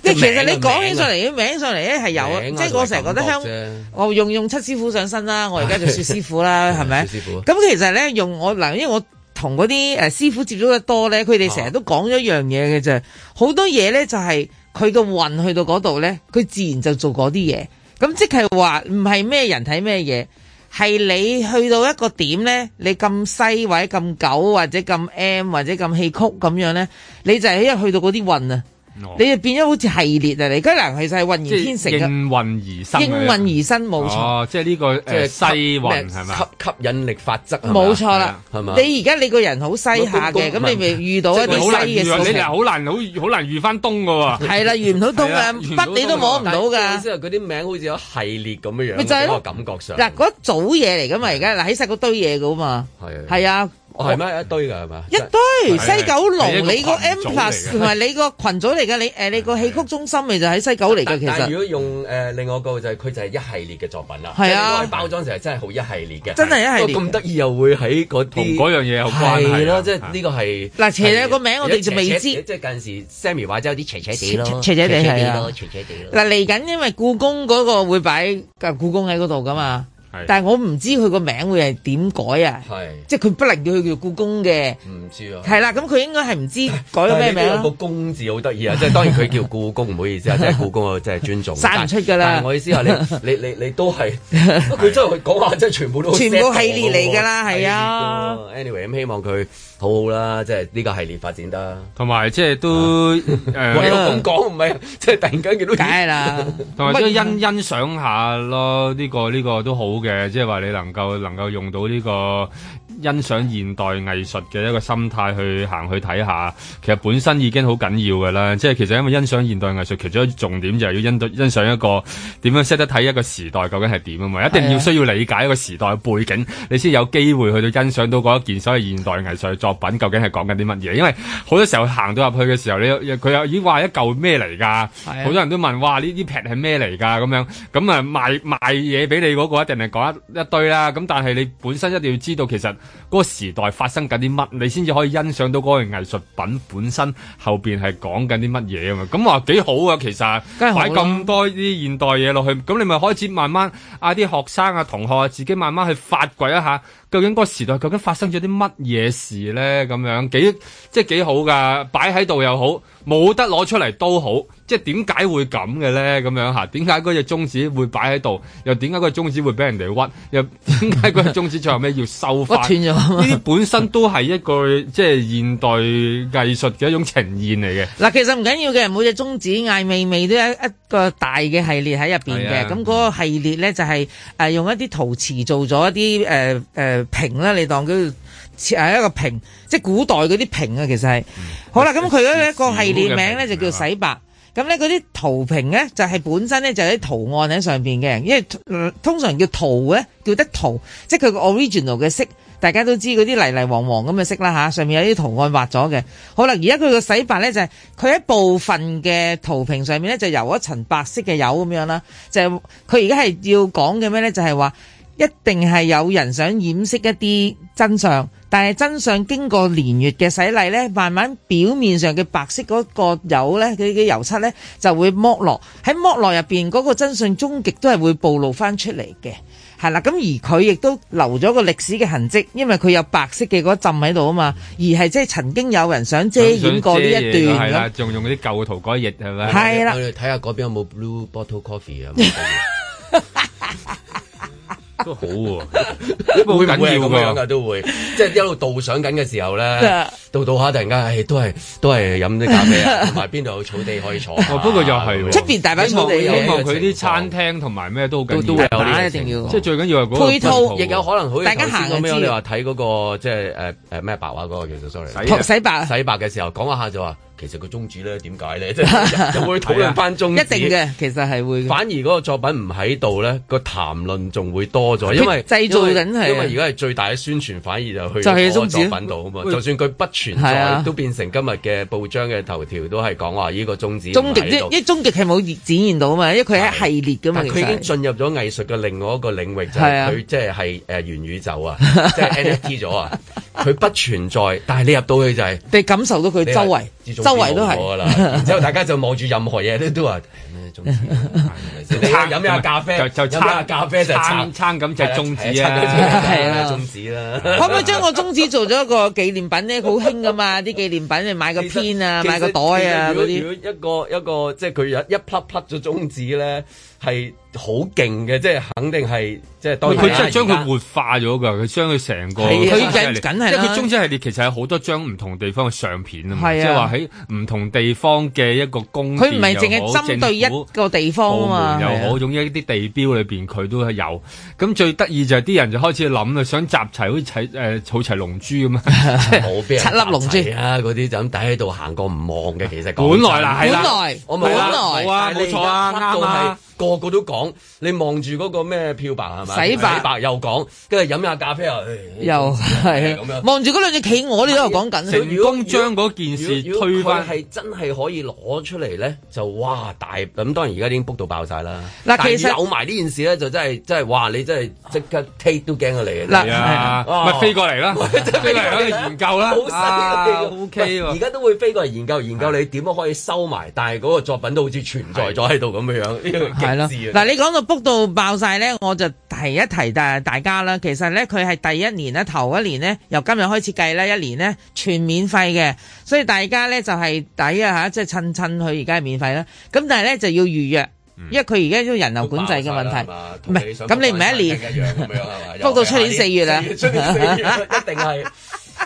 Speaker 4: 即係其實
Speaker 2: 係名啊
Speaker 4: 你講起上嚟，
Speaker 2: 名
Speaker 4: 啲名上嚟咧係有
Speaker 2: 名啊
Speaker 4: 嘅，即係我成日覺得香
Speaker 2: 同埋感覺啫，
Speaker 4: 我用用七師傅上身啦，我而家做薛師傅 啦，係咪？
Speaker 2: 薛師傅
Speaker 4: 咁其實咧用我嗱，因為我同嗰啲誒師傅接觸得多咧，佢
Speaker 6: 啊
Speaker 4: 哋成日都講咗一樣嘢嘅啫，好多嘢咧就係佢個運去到嗰度咧，佢自然就做嗰啲嘢。咁即係話唔係咩人睇咩嘢。係你去到一個點呢，你咁西或者咁九或者咁 M 或者咁戲曲咁樣呢，你就係一去到嗰啲運啊，
Speaker 6: 哦
Speaker 4: 你就變咗好似系列啊！你家嗱，其實係混然
Speaker 6: 即
Speaker 4: 天
Speaker 6: 係
Speaker 4: 成嘅，
Speaker 6: 應運而生啊，
Speaker 4: 應運而生冇錯，
Speaker 6: 哦，即係呢個
Speaker 2: 即係
Speaker 6: 誒西
Speaker 2: 咩
Speaker 6: 運係
Speaker 2: 吸
Speaker 6: 咪？
Speaker 2: 吸引力法則係咪
Speaker 4: 冇錯啦。
Speaker 2: 係嘛
Speaker 4: 你而家你個人好西下嘅，
Speaker 2: 咁
Speaker 4: 咁你咪遇到一
Speaker 2: 即係
Speaker 4: 啲
Speaker 2: 你
Speaker 6: 好難
Speaker 4: 西
Speaker 6: 遇
Speaker 4: 嘅
Speaker 6: 啊！
Speaker 4: 事
Speaker 6: 你
Speaker 4: 情
Speaker 6: 哋，好難好好難遇翻東噶喎。
Speaker 4: 係啦，遇唔到東
Speaker 6: 係啊
Speaker 4: 啊，
Speaker 6: 遇唔到
Speaker 4: 北你都摸唔到
Speaker 2: 但係
Speaker 4: 㗎
Speaker 2: 即。係嗰啲名好似有系列咁樣樣，
Speaker 4: 咪就係
Speaker 2: 嗰個
Speaker 4: 咯
Speaker 2: 感覺上
Speaker 4: 嗱，嗰組嘢嚟㗎嘛，而家嗱喺晒嗰堆嘢㗎嘛，
Speaker 2: 係
Speaker 4: 係啊。
Speaker 2: 哦係咩一堆㗎係嘛？
Speaker 4: 一堆
Speaker 6: 係
Speaker 4: 西九
Speaker 6: 係一
Speaker 4: 龍，
Speaker 6: 個
Speaker 4: 你個
Speaker 6: 群
Speaker 4: M
Speaker 6: 組嚟嘅
Speaker 4: plus 同埋你個群組嚟嘅，你誒你個戲曲中心咪就喺西九嚟嘅，
Speaker 2: 但
Speaker 4: 其
Speaker 2: 但如
Speaker 4: 實
Speaker 2: 果用誒、呃另外一個就係佢就係一系列嘅作品啦，
Speaker 4: 係啊
Speaker 2: 即係呢個包裝就係真係好一系列嘅，
Speaker 4: 真係一系列
Speaker 2: 不過咁得意又會喺嗰啲
Speaker 6: 同嗰樣嘢有關係啊
Speaker 2: 係咯，即係呢個係
Speaker 4: 嗱其實有個名我哋就未
Speaker 2: 係
Speaker 4: 知
Speaker 2: 即係近時 Sammy 話齋有啲斜斜地咯，
Speaker 4: 斜斜地係啊
Speaker 2: 咯斜斜地咯。
Speaker 4: 嗱嚟緊，因為故宮嗰個會擺啊故宮喺嗰度噶嘛
Speaker 6: 係，
Speaker 4: 但係我唔知佢個名會係點改啊，
Speaker 2: 係
Speaker 4: 即係佢不能叫佢叫故宮嘅，
Speaker 2: 唔知啊。
Speaker 4: 係啦，咁佢應該係唔知改咗咩名
Speaker 2: 但係呢個
Speaker 4: 啦。
Speaker 2: 個公字好得意啊！即係當然佢叫故宮，唔好 意思啊，即係故宮啊，即係尊重。
Speaker 4: 生唔出㗎啦
Speaker 2: 但係我意 思話你你你你都係， 佢真係佢講話真係全部都
Speaker 4: 全部
Speaker 2: set
Speaker 4: 系列嚟㗎啦
Speaker 2: 到喎
Speaker 4: 係啊。
Speaker 2: 系列㗎喎 Anyway，咁希望佢好好啦，即係呢個系列發展得。
Speaker 6: 同埋即係都
Speaker 2: 喂，
Speaker 6: 誒，
Speaker 2: 咁講唔係，即係突然間見到
Speaker 4: 梗係啦，
Speaker 6: 同埋都
Speaker 4: 乜
Speaker 6: 欣欣賞下咯。呢個呢個都好嘅，即係話你能夠能夠用到呢個欣賞現代藝術嘅一個心態去行去睇下，其實本身已經好緊要嘅啦。即係其實因為欣賞現代藝術，其中一個重點就係要欣欣賞一個點樣識得睇一個時代究竟係點啊嘛，一定
Speaker 4: 係啊
Speaker 6: 要需要理解一個時代嘅背景，你先有機會去到欣賞到嗰一件所謂現代藝術嘅作品究竟係講緊啲乜嘢。因為好多時候行到入去嘅時候，你有佢又已經話一嚿咩嚟㗎，
Speaker 4: 啊
Speaker 6: 好多人都問哇呢啲劈係咩嚟㗎咁樣，咁啊賣賣嘢俾你嗰個一定係講一一堆啦。咁但係你本身一定要知道其實嗰個時代發生緊啲乜，你先至可以欣賞到嗰個藝術品本身後邊係講緊啲乜嘢啊嘛。咁話幾好啊，其實
Speaker 4: 梗係好啦
Speaker 6: 擺咁多啲現代嘢落去，咁你咪開始慢慢嗌啲學生啊、同學啊，自己慢慢去發掘一下，究竟嗰個時代究竟發生咗啲乜嘢事咧？咁樣幾即係幾好噶，擺喺度又好，冇得攞出嚟都好。即係點解會咁嘅咧？咁樣嚇，點解嗰隻中指會擺喺度？又點解嗰隻中指會俾人哋屈？又 點解嗰隻中指最後尾要收 翻？
Speaker 4: 屈斷咗啊嘛
Speaker 6: 呢啲本身都係一個即係現代藝術嘅一種呈現嚟嘅。
Speaker 4: 嗱，其實唔緊要嘅，每隻中指嗌味味都有一個大嘅系列喺入邊
Speaker 6: 係啊
Speaker 4: 嘅。咁嗰個系列咧就係、誒用一啲陶瓷做咗一啲誒誒瓶啦，你當佢設係一個瓶，即係古代嗰啲瓶啊，其實係。好啦，咁佢嗰一個系列名咧就叫洗白。咁咧嗰啲陶瓶咧就係、本身咧就有啲圖案喺上邊嘅，因為呃通常叫陶咧叫得陶，即係佢個 original 嘅色，大家都知嗰啲泥泥黃黃咁嘅色啦吓，上面有啲圖案畫咗嘅。好啦，而家佢個洗白咧就係佢喺部分嘅陶瓶上面咧就油一層白色嘅油咁樣啦，就係佢而家係要講嘅咩咧就係話。一定係有人想掩飾一啲真相，但係真相經過年月嘅洗禮呢，慢慢表面上嘅白色嗰個油呢，佢嘅油漆呢就會剝落，喺剝落入邊嗰個真相終極都係會暴露翻出嚟嘅。係啦，咁而佢亦都留咗個歷史嘅痕跡，因為佢有白色嘅嗰浸喺度啊嘛，而係即係曾經有人想遮掩過呢一
Speaker 6: 係啦，
Speaker 4: 段咁。
Speaker 6: 仲用嗰啲舊塗改液係咪？
Speaker 4: 係啦
Speaker 2: 我，哋睇下嗰邊有冇 Blue Bottle Coffee 啊？有冇
Speaker 6: 都好喎，好
Speaker 2: 會唔會係
Speaker 6: 緊要
Speaker 2: 咁樣
Speaker 6: 㗎
Speaker 2: 噶？。都會即係一路導賞緊嘅時候咧
Speaker 4: 啊，
Speaker 2: 到到下突然間，唉，都係都係飲啲咖啡啊，同埋邊度有草地可以坐啊。
Speaker 6: 哦不過又係喎
Speaker 4: 出邊大把
Speaker 6: 希望
Speaker 4: 草地
Speaker 2: 有
Speaker 6: 希
Speaker 4: 嘅，
Speaker 6: 望佢啲餐廳同埋咩都好緊
Speaker 2: 都
Speaker 6: 要，
Speaker 2: 都會有呢
Speaker 4: 打
Speaker 2: 個
Speaker 4: 一定要
Speaker 6: 即係最緊要係嗰個
Speaker 4: 配套
Speaker 6: 質素
Speaker 2: 亦有可能好似
Speaker 4: 大家
Speaker 2: 頭先
Speaker 4: 行就
Speaker 2: 咁樣，
Speaker 4: 知
Speaker 2: 你話睇嗰個即係誒誒咩白話嗰個叫做 sorry
Speaker 6: 洗啊
Speaker 4: 洗白啊
Speaker 2: 洗白嘅時候講一下就話其實個宗旨咧點解咧？即係 有冇去討論翻宗旨？
Speaker 4: 一定。嘅，其實係會嘅。
Speaker 2: 反而嗰個作品唔喺度咧，個談論仲會多咗，因為
Speaker 4: 佢製造緊係啊
Speaker 2: 因為因為而家係最大嘅宣傳，反而就去
Speaker 4: 就係
Speaker 2: 嗰個
Speaker 4: 宗旨
Speaker 2: 作品度啊嘛。就算佢不存
Speaker 4: 係
Speaker 2: 在
Speaker 4: 啊，
Speaker 2: 都變成今日嘅報章嘅頭條都係講話呢個宗旨唔
Speaker 4: 終極
Speaker 2: 喺度
Speaker 4: 一一終極係冇展現到啊嘛，因為佢係一系列噶嘛，
Speaker 2: 但
Speaker 4: 啊其
Speaker 2: 佢已經
Speaker 4: 實。
Speaker 2: 進入咗藝術嘅另外一個領域，就
Speaker 4: 係
Speaker 2: 係
Speaker 4: 啊
Speaker 2: 佢即係係誒元宇宙啊， 即係 NFT 咗啊，佢不存在，但係你入到去就係、
Speaker 4: 你感受到佢
Speaker 2: 你
Speaker 4: 周圍
Speaker 2: 係，自
Speaker 4: 周
Speaker 2: 從
Speaker 4: 圍都
Speaker 2: 知道咗㗎
Speaker 4: 係。
Speaker 2: 啦。然之後大家就望住任何嘢都都話咩 宗旨啊，係咪先你飲下咖啡，
Speaker 6: 就就
Speaker 2: 飲下咖啡就
Speaker 6: 撐撐咁就係宗旨啊，
Speaker 4: 係啊
Speaker 2: 宗旨 啦。
Speaker 4: 可唔可以將個宗旨做咗一個紀念品咧？好興噶嘛，啲紀念品你買個編啊，
Speaker 2: 其實
Speaker 4: 買個袋啊
Speaker 2: 其
Speaker 4: 嗰
Speaker 2: 實如
Speaker 4: 啲。
Speaker 2: 果如果一個一個即係佢有一匹匹咗宗旨咧，係好勁嘅，即係肯定係即係當然
Speaker 6: 佢
Speaker 2: 啦
Speaker 6: 真
Speaker 4: 啊
Speaker 6: 係將
Speaker 2: 而家
Speaker 6: 佢活化咗㗎，佢將佢成個
Speaker 2: 係啊
Speaker 6: 中間系列
Speaker 4: 梗係啦
Speaker 6: 即係佢中間系列其實有好多張唔同地方嘅相片啊嘛，
Speaker 4: 係啊
Speaker 6: 即係話喺唔同地方嘅一個公
Speaker 4: 佢唔係淨
Speaker 6: 係
Speaker 4: 係針對一個地方
Speaker 6: 部
Speaker 4: 啊嘛，
Speaker 6: 門
Speaker 4: 係
Speaker 6: 又
Speaker 4: 啊
Speaker 6: 好，總之一啲地標裏邊佢都係有。咁最得意就係啲人就開始諗啦，想集齊好似齊誒儲齊龍珠咁 啊！
Speaker 2: 冇俾人
Speaker 4: 七粒龍珠
Speaker 2: 搭齊啊！嗰啲就咁擺喺度行過唔望嘅，其實講
Speaker 6: 本
Speaker 2: 真
Speaker 6: 來啦，係啦，
Speaker 4: 本來
Speaker 2: 我冇
Speaker 4: 本
Speaker 2: 啦
Speaker 4: 來
Speaker 6: 冇啊，
Speaker 2: 但係
Speaker 6: 冇
Speaker 2: 你
Speaker 6: 錯啊，
Speaker 2: 而家
Speaker 6: 啱啊。
Speaker 2: 到係個個都講，你望住嗰個咩漂白係咪？
Speaker 4: 洗白
Speaker 2: 又講，跟住飲下咖啡又唉
Speaker 4: 又係啊
Speaker 2: 啊咁樣
Speaker 4: 望住嗰兩隻企鵝，你都有講緊。
Speaker 6: 成功將嗰件事
Speaker 2: 如果如
Speaker 6: 推
Speaker 2: 果佢
Speaker 6: 翻，
Speaker 2: 係真係可以攞出嚟咧，就哇大咁！當然而家已經 book 到爆晒啦。
Speaker 4: 嗱
Speaker 2: 但係
Speaker 4: 其實
Speaker 2: 有埋呢件事咧，就真係真係哇！你真係即刻 take 都驚佢嚟
Speaker 4: 嗱
Speaker 6: 係 啊，
Speaker 2: 哦
Speaker 6: 咪飛過嚟啦，
Speaker 2: 真係
Speaker 6: 飛過嚟啦，研究啦
Speaker 2: 好，犀利
Speaker 6: 啊
Speaker 2: 喎
Speaker 6: ，OK
Speaker 2: 而
Speaker 6: 喎。
Speaker 2: 家都會飛過嚟研究研究你點樣可以收埋，但係嗰個作品都好似存在咗喺度咁樣樣，呢個
Speaker 4: 係咯，
Speaker 2: 極致啊！
Speaker 4: 嗱你講到 book 到爆晒咧，我就提一提大大家啦。其實咧，佢係第一年咧，頭一年咧，由今日開始計啦，一年咧全免費嘅，所以大家咧就係抵啊吓，即係趁趁佢而家係免費啦。咁但係咧就要預約，
Speaker 2: 嗯
Speaker 4: 因為佢而家都人流管制嘅問題。
Speaker 2: 都爆晒啦係嘛
Speaker 4: 唔係
Speaker 2: 同
Speaker 4: 咁你唔係一年
Speaker 2: 啊想講翻一樣咁樣係嘛
Speaker 4: book 到出年四月啦
Speaker 2: 出年四月一定係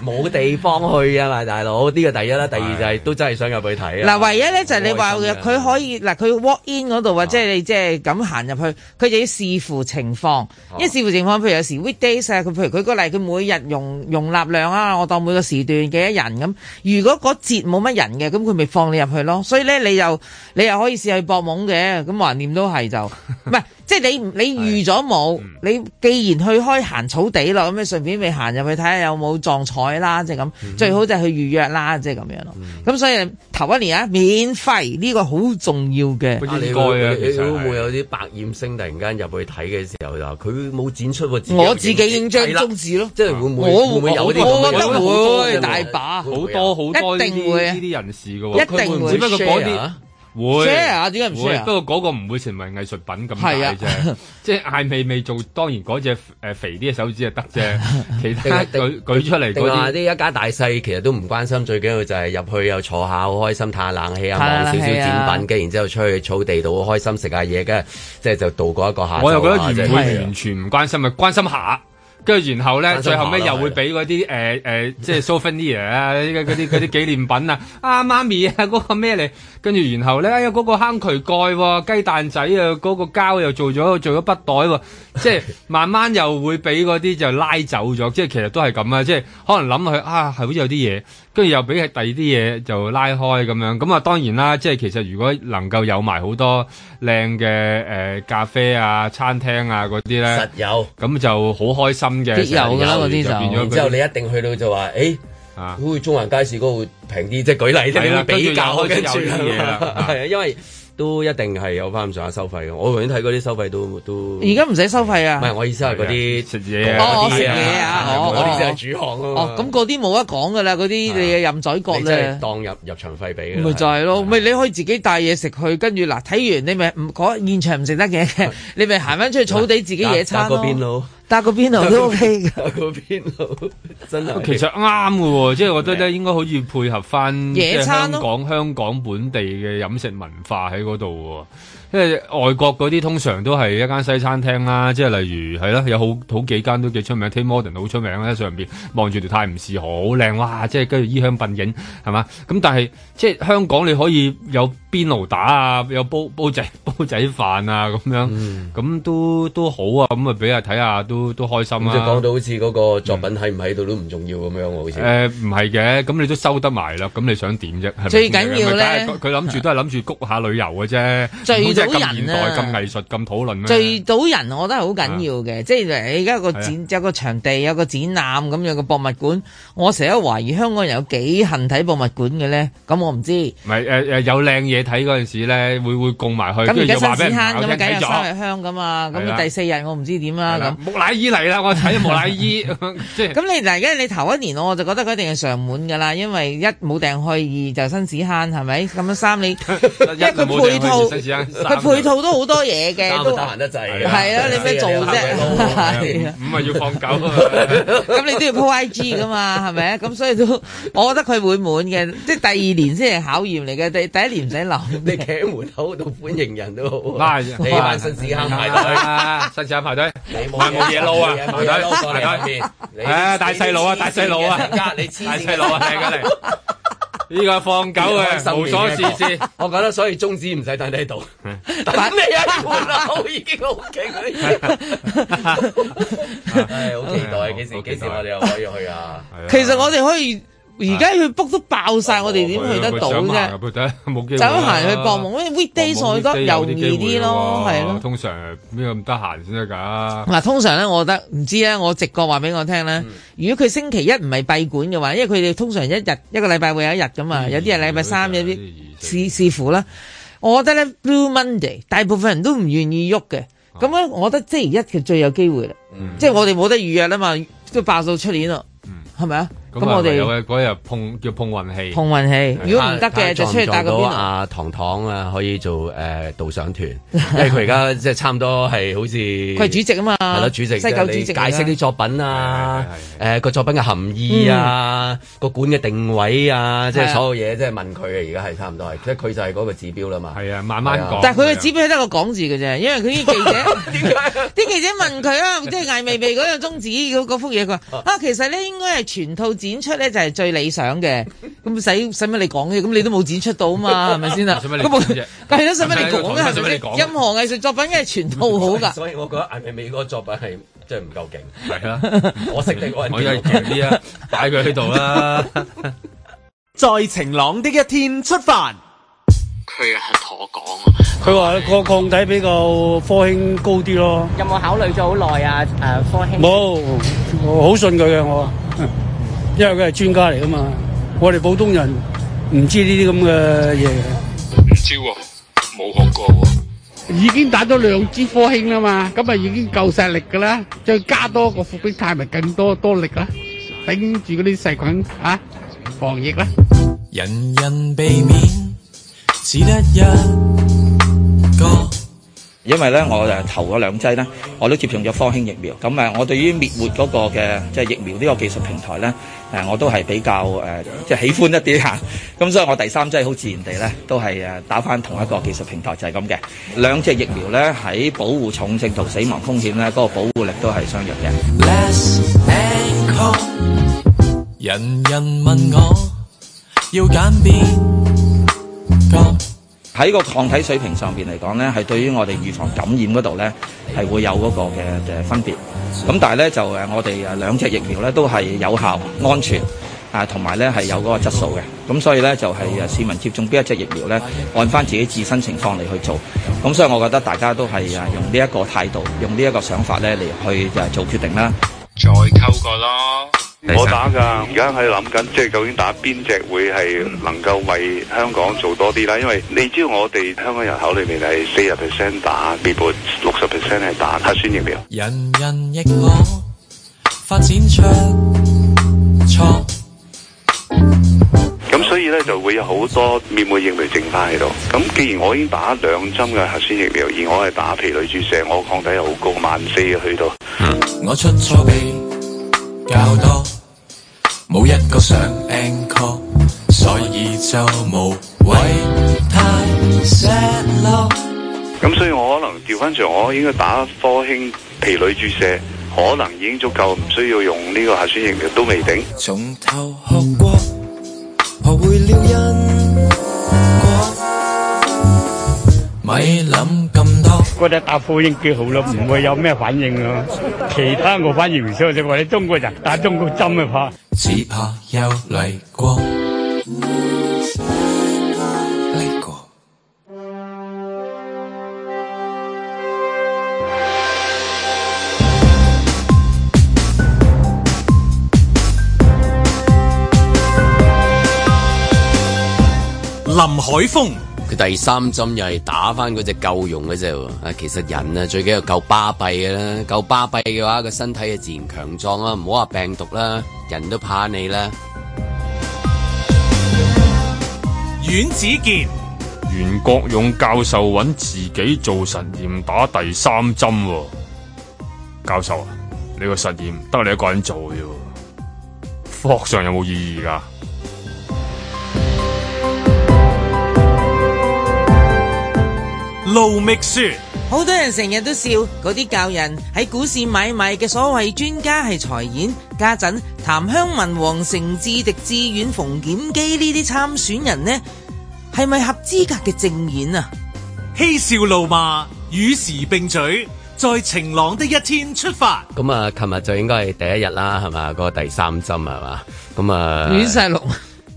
Speaker 2: 冇地方去啊嘛，大佬呢個第一啦，第二就係都真係想入去睇啊
Speaker 4: 嗱，唯一咧就係你話
Speaker 2: 好開心嘅啊
Speaker 4: 佢可以嗱，佢 walk in 嗰度或者你即係咁行入去，佢就要視乎情
Speaker 2: 啊
Speaker 4: 況。因為視乎情況，譬如有時 weekdays 啊，佢譬如舉個例，佢每日容容納量啊，我當每個時段幾多人咁。如果嗰節冇乜人嘅，咁佢咪放你入去咯。所以咧，你又你又可以試下去搏懵嘅，咁橫掂都係就唔係。即係你你預咗冇，
Speaker 2: 嗯
Speaker 4: 你既然去開行草地咯，咁你順便咪行入去睇下有冇撞彩啦，即係咁，
Speaker 2: 嗯
Speaker 4: 最好就係去預約啦，即係咁樣咯。咁、所以頭一年啊，免費呢、個好重要嘅。
Speaker 2: 啊你
Speaker 6: 應該
Speaker 2: 會
Speaker 6: 啊，其
Speaker 2: 你
Speaker 6: 實
Speaker 2: 會唔
Speaker 6: 係
Speaker 2: 會有啲白厭星突然間入去睇嘅時候就話佢冇展出喎？有
Speaker 4: 我自己影張
Speaker 2: 係啦
Speaker 4: 宗旨咯，
Speaker 2: 即係會唔會
Speaker 4: 我
Speaker 2: 會唔會有啲
Speaker 4: 我覺
Speaker 2: 咁嘅
Speaker 4: 得
Speaker 2: 嘢
Speaker 4: 會
Speaker 2: 有
Speaker 4: 大
Speaker 2: 冇
Speaker 4: 把
Speaker 2: 會唔
Speaker 6: 好
Speaker 2: 會有
Speaker 6: 多好多呢
Speaker 4: 一定
Speaker 6: 啲
Speaker 4: 會啊
Speaker 6: 呢啲人士嘅
Speaker 4: 一
Speaker 6: 喎，
Speaker 4: 定會
Speaker 6: 只不過嗰
Speaker 2: share
Speaker 6: 啲
Speaker 2: 啊
Speaker 6: 會
Speaker 4: share 啊點解唔
Speaker 6: 會
Speaker 4: share 啊
Speaker 6: 不過嗰個唔會成為藝術品咁大
Speaker 4: 係啊
Speaker 6: 啫， 即係嗌美美做，當然嗰只誒肥啲嘅手指係得 啫，其
Speaker 2: 定
Speaker 6: 他
Speaker 2: 係定
Speaker 6: 舉舉出嚟
Speaker 2: 定話
Speaker 6: 嗰啲。
Speaker 2: 啲一家大細其實都唔關心，最緊要就係入去又坐下好開心，嘆下冷氣啊，
Speaker 4: 嘆下
Speaker 2: 望少
Speaker 4: 冷氣啊
Speaker 2: 少展品，跟然之後出去草地度好開心食下嘢，跟住即係就度過一個下晝啊。
Speaker 6: 我又覺得原
Speaker 2: 即係
Speaker 6: 會完全唔關心嘅，關心下。跟住然後
Speaker 2: 關
Speaker 6: 咧，
Speaker 2: 心
Speaker 6: 最後尾
Speaker 2: 下啦
Speaker 6: 又會
Speaker 2: 係
Speaker 6: 俾嗰啲誒誒，即係 souvenir 啊，嗰啲 嗰啲紀念品啊，啊媽咪啊，嗰個咩嚟？跟住然後咧，哎呀嗰個坑渠蓋喎，雞蛋仔啊，嗰個膠又做咗做咗筆袋喎，即係慢慢又會俾嗰啲就拉走咗，即係其實都係咁啊，即係可能諗佢啊，係好似有啲嘢，跟住又俾係第二啲嘢就拉開咁樣，咁啊當然啦，即係其實如果能夠有埋好多靚嘅誒咖啡啊、餐廳啊嗰啲咧
Speaker 2: 實。有。
Speaker 6: 咁就好開心嘅，
Speaker 4: 必有㗎啦嗰啲就
Speaker 6: 變咗佢
Speaker 2: 然之後你一定去到就話，誒，
Speaker 6: 啊
Speaker 2: 好似中環街市嗰度平啲，即係舉例即係
Speaker 6: 係
Speaker 2: 你
Speaker 6: 啦
Speaker 2: 會比較啊
Speaker 6: 跟
Speaker 2: 跟
Speaker 6: 住
Speaker 2: 住
Speaker 6: 又開始有呢啲嘢啦啊
Speaker 2: 係啊，因為都一定係有翻咁上下收費嘅。我頭先睇嗰啲收費都都
Speaker 4: 而家唔使收費
Speaker 2: 唔
Speaker 4: 啊
Speaker 2: 係，！我意思係嗰啲
Speaker 6: 食嘢啊
Speaker 2: 嗰
Speaker 4: 哦食
Speaker 2: 啲
Speaker 4: 嘢啊哦
Speaker 2: 嗰啲
Speaker 4: 哦
Speaker 2: 就係主項啊嘛啊
Speaker 4: 哦，咁嗰啲冇得講噶啦，嗰啲你任宰割
Speaker 2: 你真
Speaker 4: 咧
Speaker 2: 係。當入入場費俾嘅啦。
Speaker 4: 咪就係咯，咪你可以自己帶嘢食去，跟住嗱睇完你咪唔嗰現場唔食得嘅，你咪行翻出去草地自己野餐
Speaker 2: 個
Speaker 4: 咯。
Speaker 2: 邊爐，
Speaker 4: 搭個邊爐 都 OK 嘅。
Speaker 2: 個邊爐真係。
Speaker 6: 其實啱嘅喎，即係我覺得咧，應該好似配合翻
Speaker 4: 野餐
Speaker 6: 香
Speaker 4: 咯
Speaker 6: 港香港本地嘅飲食文化喺嗰度喎。因為外國嗰啲通常都係一間西餐廳啦，即係例如係啦，有好好幾間都幾出名，Tim Horton 好出名啦，上邊望住條泰晤士河好靚，哇！即係跟住衣香鬢影係嘛？咁但係即係香港你可以有邊爐打啊，有煲 煲仔煲仔飯啊咁樣，
Speaker 2: 嗯
Speaker 6: 咁、都都好啊，咁啊俾人睇下都都開心
Speaker 2: 咁
Speaker 6: 啊。
Speaker 2: 即係講到好似嗰個作品喺唔喺度都唔重要咁樣喎，好似。
Speaker 6: 誒唔係嘅，咁你都收得埋啦，咁你想點啫？係咪
Speaker 4: 最緊要咧
Speaker 6: 咪梗係佢佢諗住都係諗住谷下旅遊嘅啫，
Speaker 4: 聚
Speaker 6: 唔通
Speaker 4: 到
Speaker 6: 真係咁現
Speaker 4: 人啊
Speaker 6: 代、咁藝術、咁討論咩？
Speaker 4: 聚到人，我覺得係好緊要嘅。即係你而家個展有個場地，有個展覽咁樣嘅博物館，我成日都懷疑香港人有幾恨睇博物館嘅咧。咁我唔知。
Speaker 6: 唔係誒誒有靚嘢睇嗰陣時咧，會會供埋去，
Speaker 4: 咁而
Speaker 6: 跟住
Speaker 4: 家
Speaker 6: 就
Speaker 4: 新
Speaker 6: 話俾
Speaker 4: 市
Speaker 6: 人
Speaker 4: 坑咁啊，
Speaker 6: 咬聽
Speaker 4: 梗
Speaker 6: 睇
Speaker 4: 有三
Speaker 6: 咗
Speaker 4: 日香噶嘛。
Speaker 6: 係
Speaker 4: 咁
Speaker 6: 啦
Speaker 4: 第四日我唔知點啦
Speaker 6: 係
Speaker 4: 咁
Speaker 6: 啦。。木乃伊嚟啦，我睇木乃伊， 即係
Speaker 4: 咁你嗱，而家你頭一年我就覺得佢一定係上門噶啦，因為一冇訂去，二就新市坑係咪？咁樣三你，因為佢配套，佢配套都好多嘢嘅，
Speaker 2: 啱
Speaker 4: 都
Speaker 2: 得閒得滯。
Speaker 4: 係啊，你咩做啫？ 係啊。
Speaker 6: 唔係要放狗啊！
Speaker 4: 咁你都要 po IG 噶嘛，係咪啊？咁所以都，我覺得佢會滿嘅，即係第二年先係考驗嚟嘅，第第一年唔使
Speaker 2: 你
Speaker 4: 諗。
Speaker 2: 企喺門口度歡迎人都好啊，
Speaker 6: 啊
Speaker 2: 你班新屎坑排隊，
Speaker 6: 啊，新產排隊，
Speaker 2: 你
Speaker 6: 唔係冇嘢撈啊
Speaker 2: 冇嘢
Speaker 6: 排隊
Speaker 2: 冇嘢撈過嚟
Speaker 6: 排
Speaker 2: 入邊，你
Speaker 6: 啊大細路啊大細路啊
Speaker 2: 你黐
Speaker 6: 大
Speaker 2: 線
Speaker 6: 細
Speaker 2: 嘅
Speaker 6: 路啊，係緊嚟。呢個放狗
Speaker 2: 開心
Speaker 6: 嘅，
Speaker 2: 嘅
Speaker 6: 無所事事。
Speaker 2: 我覺得所以宗旨唔使等你喺度，等你喺門口已經好勁啦。唉，好期待，幾時
Speaker 6: 好期待
Speaker 2: 幾時我哋又可以去啊？
Speaker 4: 其實我哋可以而家去 book 都爆晒，我哋點去得
Speaker 6: 啊
Speaker 4: 到啫？
Speaker 6: 啫
Speaker 4: 走行去博夢，weekday 我覺得容易啲咯，係咯。
Speaker 6: 通常邊有咁得閒先得㗎？
Speaker 4: 嗱，通常咧，我覺得唔知咧，我直覺話俾我聽咧，如果佢星期一唔係閉館嘅話，因為佢哋通常一日一個禮拜會有一日噶嘛，有啲係禮拜三，嗯有啲視視乎啦。我覺得咧，Blue Monday 大部分人都唔願意喐嘅，咁咧，我覺得星期一佢最有機會啦，即係我哋冇得預約啦嘛，都爆到出年咯，係咪啊？咁我
Speaker 6: 有
Speaker 4: 哋
Speaker 6: 嘅嗰日碰叫碰運氣，
Speaker 4: 碰運氣，如果唔得
Speaker 2: 睇下
Speaker 4: 嘅就
Speaker 2: 撞
Speaker 4: 出去打個
Speaker 2: 撞
Speaker 4: 邊
Speaker 2: 到
Speaker 4: 爐。
Speaker 2: 阿糖糖啊，可以做誒導賞團，因為佢而家即係差唔多係好似
Speaker 4: 佢係主席啊嘛，
Speaker 2: 係咯，主席
Speaker 4: 西九主席
Speaker 2: 即係你解釋啲作品啊，誒個作品嘅含義啊，個館嘅定位啊，即
Speaker 4: 係
Speaker 2: 係
Speaker 4: 啊
Speaker 2: 所有嘢，即係問佢嘅而家係差唔多係，即係佢就係嗰個指標啦嘛。
Speaker 6: 係啊，慢慢講。
Speaker 4: 但係佢嘅只不過係得個講字嘅啫，因為佢啲 記者 啲記者問佢啊，即係艾未未嗰個宗旨嗰嗰幅嘢，佢 話啊，其實咧應該係全套展出咧就係最理想嘅，咁使使乜你講嘅？咁你都冇展出到嘛，係咪先啊？
Speaker 6: 使乜你
Speaker 4: 咁我
Speaker 6: 講啫
Speaker 4: 梗係啦，使乜你講啊？
Speaker 6: 使
Speaker 4: 係
Speaker 6: 乜
Speaker 4: 咪
Speaker 6: 你
Speaker 4: 先
Speaker 6: 講？
Speaker 4: 任何藝術作品梗係全套好㗎。
Speaker 2: 所以我覺得艾美美嗰個作品係 真係唔夠勁，
Speaker 6: 係啦，
Speaker 2: 我識你嗰
Speaker 6: 我有
Speaker 2: 人
Speaker 6: 強 啲啊，擺佢喺 度啦。
Speaker 5: 在晴朗的一天出發。
Speaker 9: 佢係同我講，
Speaker 10: 佢話個抗體比較科興高啲咯，
Speaker 11: 有冇考慮咗好耐啊？誒、科興
Speaker 10: 冇，我好信佢嘅我，因為佢係專家嚟噶嘛，我哋普通人唔知呢啲咁嘅嘢嘅。
Speaker 9: 唔知喎，冇學過喎。
Speaker 11: 已經打咗兩支科興啦嘛，咁啊已經夠晒力噶啦，再加多個復必泰咪更多多力啦，頂住嗰啲細菌啊，防疫啦。
Speaker 12: 人人避免，只得一個。因為咧，我誒頭嗰兩劑咧，我都接種咗科興疫苗。咁誒，我對於滅活嗰個嘅即係疫苗呢個技術平台咧，誒我都係比較誒、呃即係喜歡一啲嚇。 咁所以我第三劑好自然地咧，都係誒打翻同一個技術平台就係咁嘅。兩隻疫苗咧喺保護重症同死亡風險咧，嗰、個保護力都係相若嘅。Less anchor，人人問我。要揀邊個？喺個抗體水平上邊嚟講咧，係對於我哋預防感染嗰度咧，係會有嗰個嘅嘅分別。咁但係咧就誒，我哋誒兩隻疫苗咧都係有效、安全啊，同埋咧係有嗰個質素嘅。咁所以咧就係誒市民接種邊一隻疫苗咧，按翻自己自身情況嚟去做。咁所以我覺得大家都係誒用呢一個態度，用呢一個想法咧嚟去誒做決定啦。
Speaker 9: 再溝過咯。
Speaker 13: 我打噶，而家喺諗緊，即係究竟打邊只會係能夠為香港做多啲啦？因為你知道我哋香港人口裏面係四十 percent 打滅活，六十 percent 係打核酸疫苗。
Speaker 12: 人人亦我發展出錯。
Speaker 13: 咁所以咧就會有好多滅活疫苗剩翻喺度。咁既然我已經打兩針嘅核酸疫苗，而我係打皮類注射，我抗體係好高，萬四嘅去到。
Speaker 12: 我出錯比較多，冇一個上 anchor，所以就無謂太 sad 咯。
Speaker 13: 咁所以我可能調翻轉，我應該打科興皮類注射，可能已經足夠，唔需要用呢個核酸疫苗都未定。
Speaker 14: 從頭學過，學會了因果，咪諗咁多。
Speaker 15: 覺得打科興幾好咯，唔會有咩反應咯。其他我反而唔相信，我哋中國人打中國針嘅怕。
Speaker 14: 只怕又嚟過，嚟過。
Speaker 2: 林海峰，佢第三針又係打翻嗰隻夠用嘅啫喎。啊，其實人啊最緊要夠巴閉嘅啦，夠巴閉嘅話個身體係自然強壯啦，唔好話病毒啦，人都怕你啦。
Speaker 1: 阮子健，
Speaker 3: 袁國勇教授揾自己做實驗打第三針喎、教授啊，你個實驗得你一個人做嘅啫喎，科學上有冇意義㗎？
Speaker 1: 路觅雪，
Speaker 4: 好多人成日都笑嗰啲教人喺股市買賣嘅所謂專家係財演。家陣譚香文、黃成志、狄志遠、馮檢基呢啲參選人呢，係咪合資格嘅正演啊？
Speaker 1: 嬉笑怒罵，與時並舉，在晴朗的一天出發。
Speaker 2: 咁啊，琴日就應該係第一日啦，係嘛？嗰、個第三針係嘛？咁啊，
Speaker 4: 亂晒龍，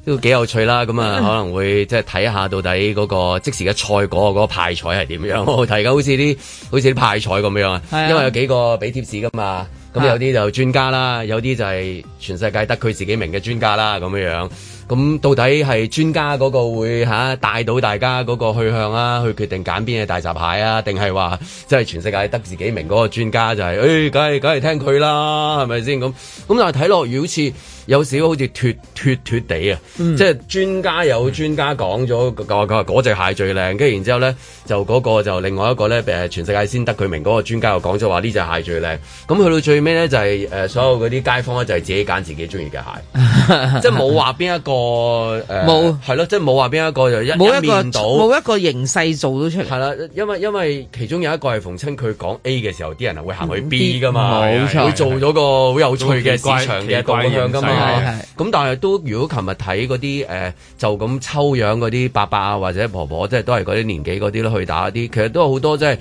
Speaker 2: 都幾有趣啦。咁 啊，可能會即係睇下到底嗰個即時嘅賽果嗰個派彩係點樣，好好睇㗎，好似啲好似啲派彩咁樣啊。
Speaker 4: 係啊
Speaker 2: 因為有幾個俾貼士㗎嘛。咁有啲就專家啦，有啲就係全世界得佢自己明嘅專家啦，咁樣樣。咁到底係專家嗰個會嚇、帶到大家嗰個去向啊，去決定揀邊嘅大閘蟹啊，定係話即係全世界得自己明嗰個專家就係、誒、梗係梗係聽佢啦，係咪先咁？咁但係睇落好似有少好似脱脱脱地啊，
Speaker 4: 嗯
Speaker 2: 即係專家有專家講咗佢話佢話嗰只蟹最靚，跟住然之後咧就嗰個就另外一個咧誒全世界先得佢明嗰個專家又講咗話呢只蟹最靚，咁去到最尾咧就係、誒所有嗰啲街坊咧就係自己揀自己中意嘅蟹。 即係冇話邊一個誒，
Speaker 4: 冇
Speaker 2: 係咯，即係冇話邊一個就一
Speaker 4: 冇一
Speaker 2: 一
Speaker 4: 個
Speaker 2: 面倒，
Speaker 4: 冇一個形勢做到出嚟。
Speaker 2: 係啦，因為因為其中有一個係逢親佢講 A 嘅時候，啲人係會行去 B 噶嘛，
Speaker 6: 嗯冇錯
Speaker 2: 會做咗個好有趣嘅市場嘅動向噶
Speaker 6: 奇
Speaker 2: 嘛
Speaker 6: 怪形勢係。
Speaker 2: 咁但係都如果琴日睇嗰啲誒就咁抽樣嗰啲伯伯啊或者婆婆，即係都係嗰啲年紀嗰啲咯去打啲，其實都有好多即係。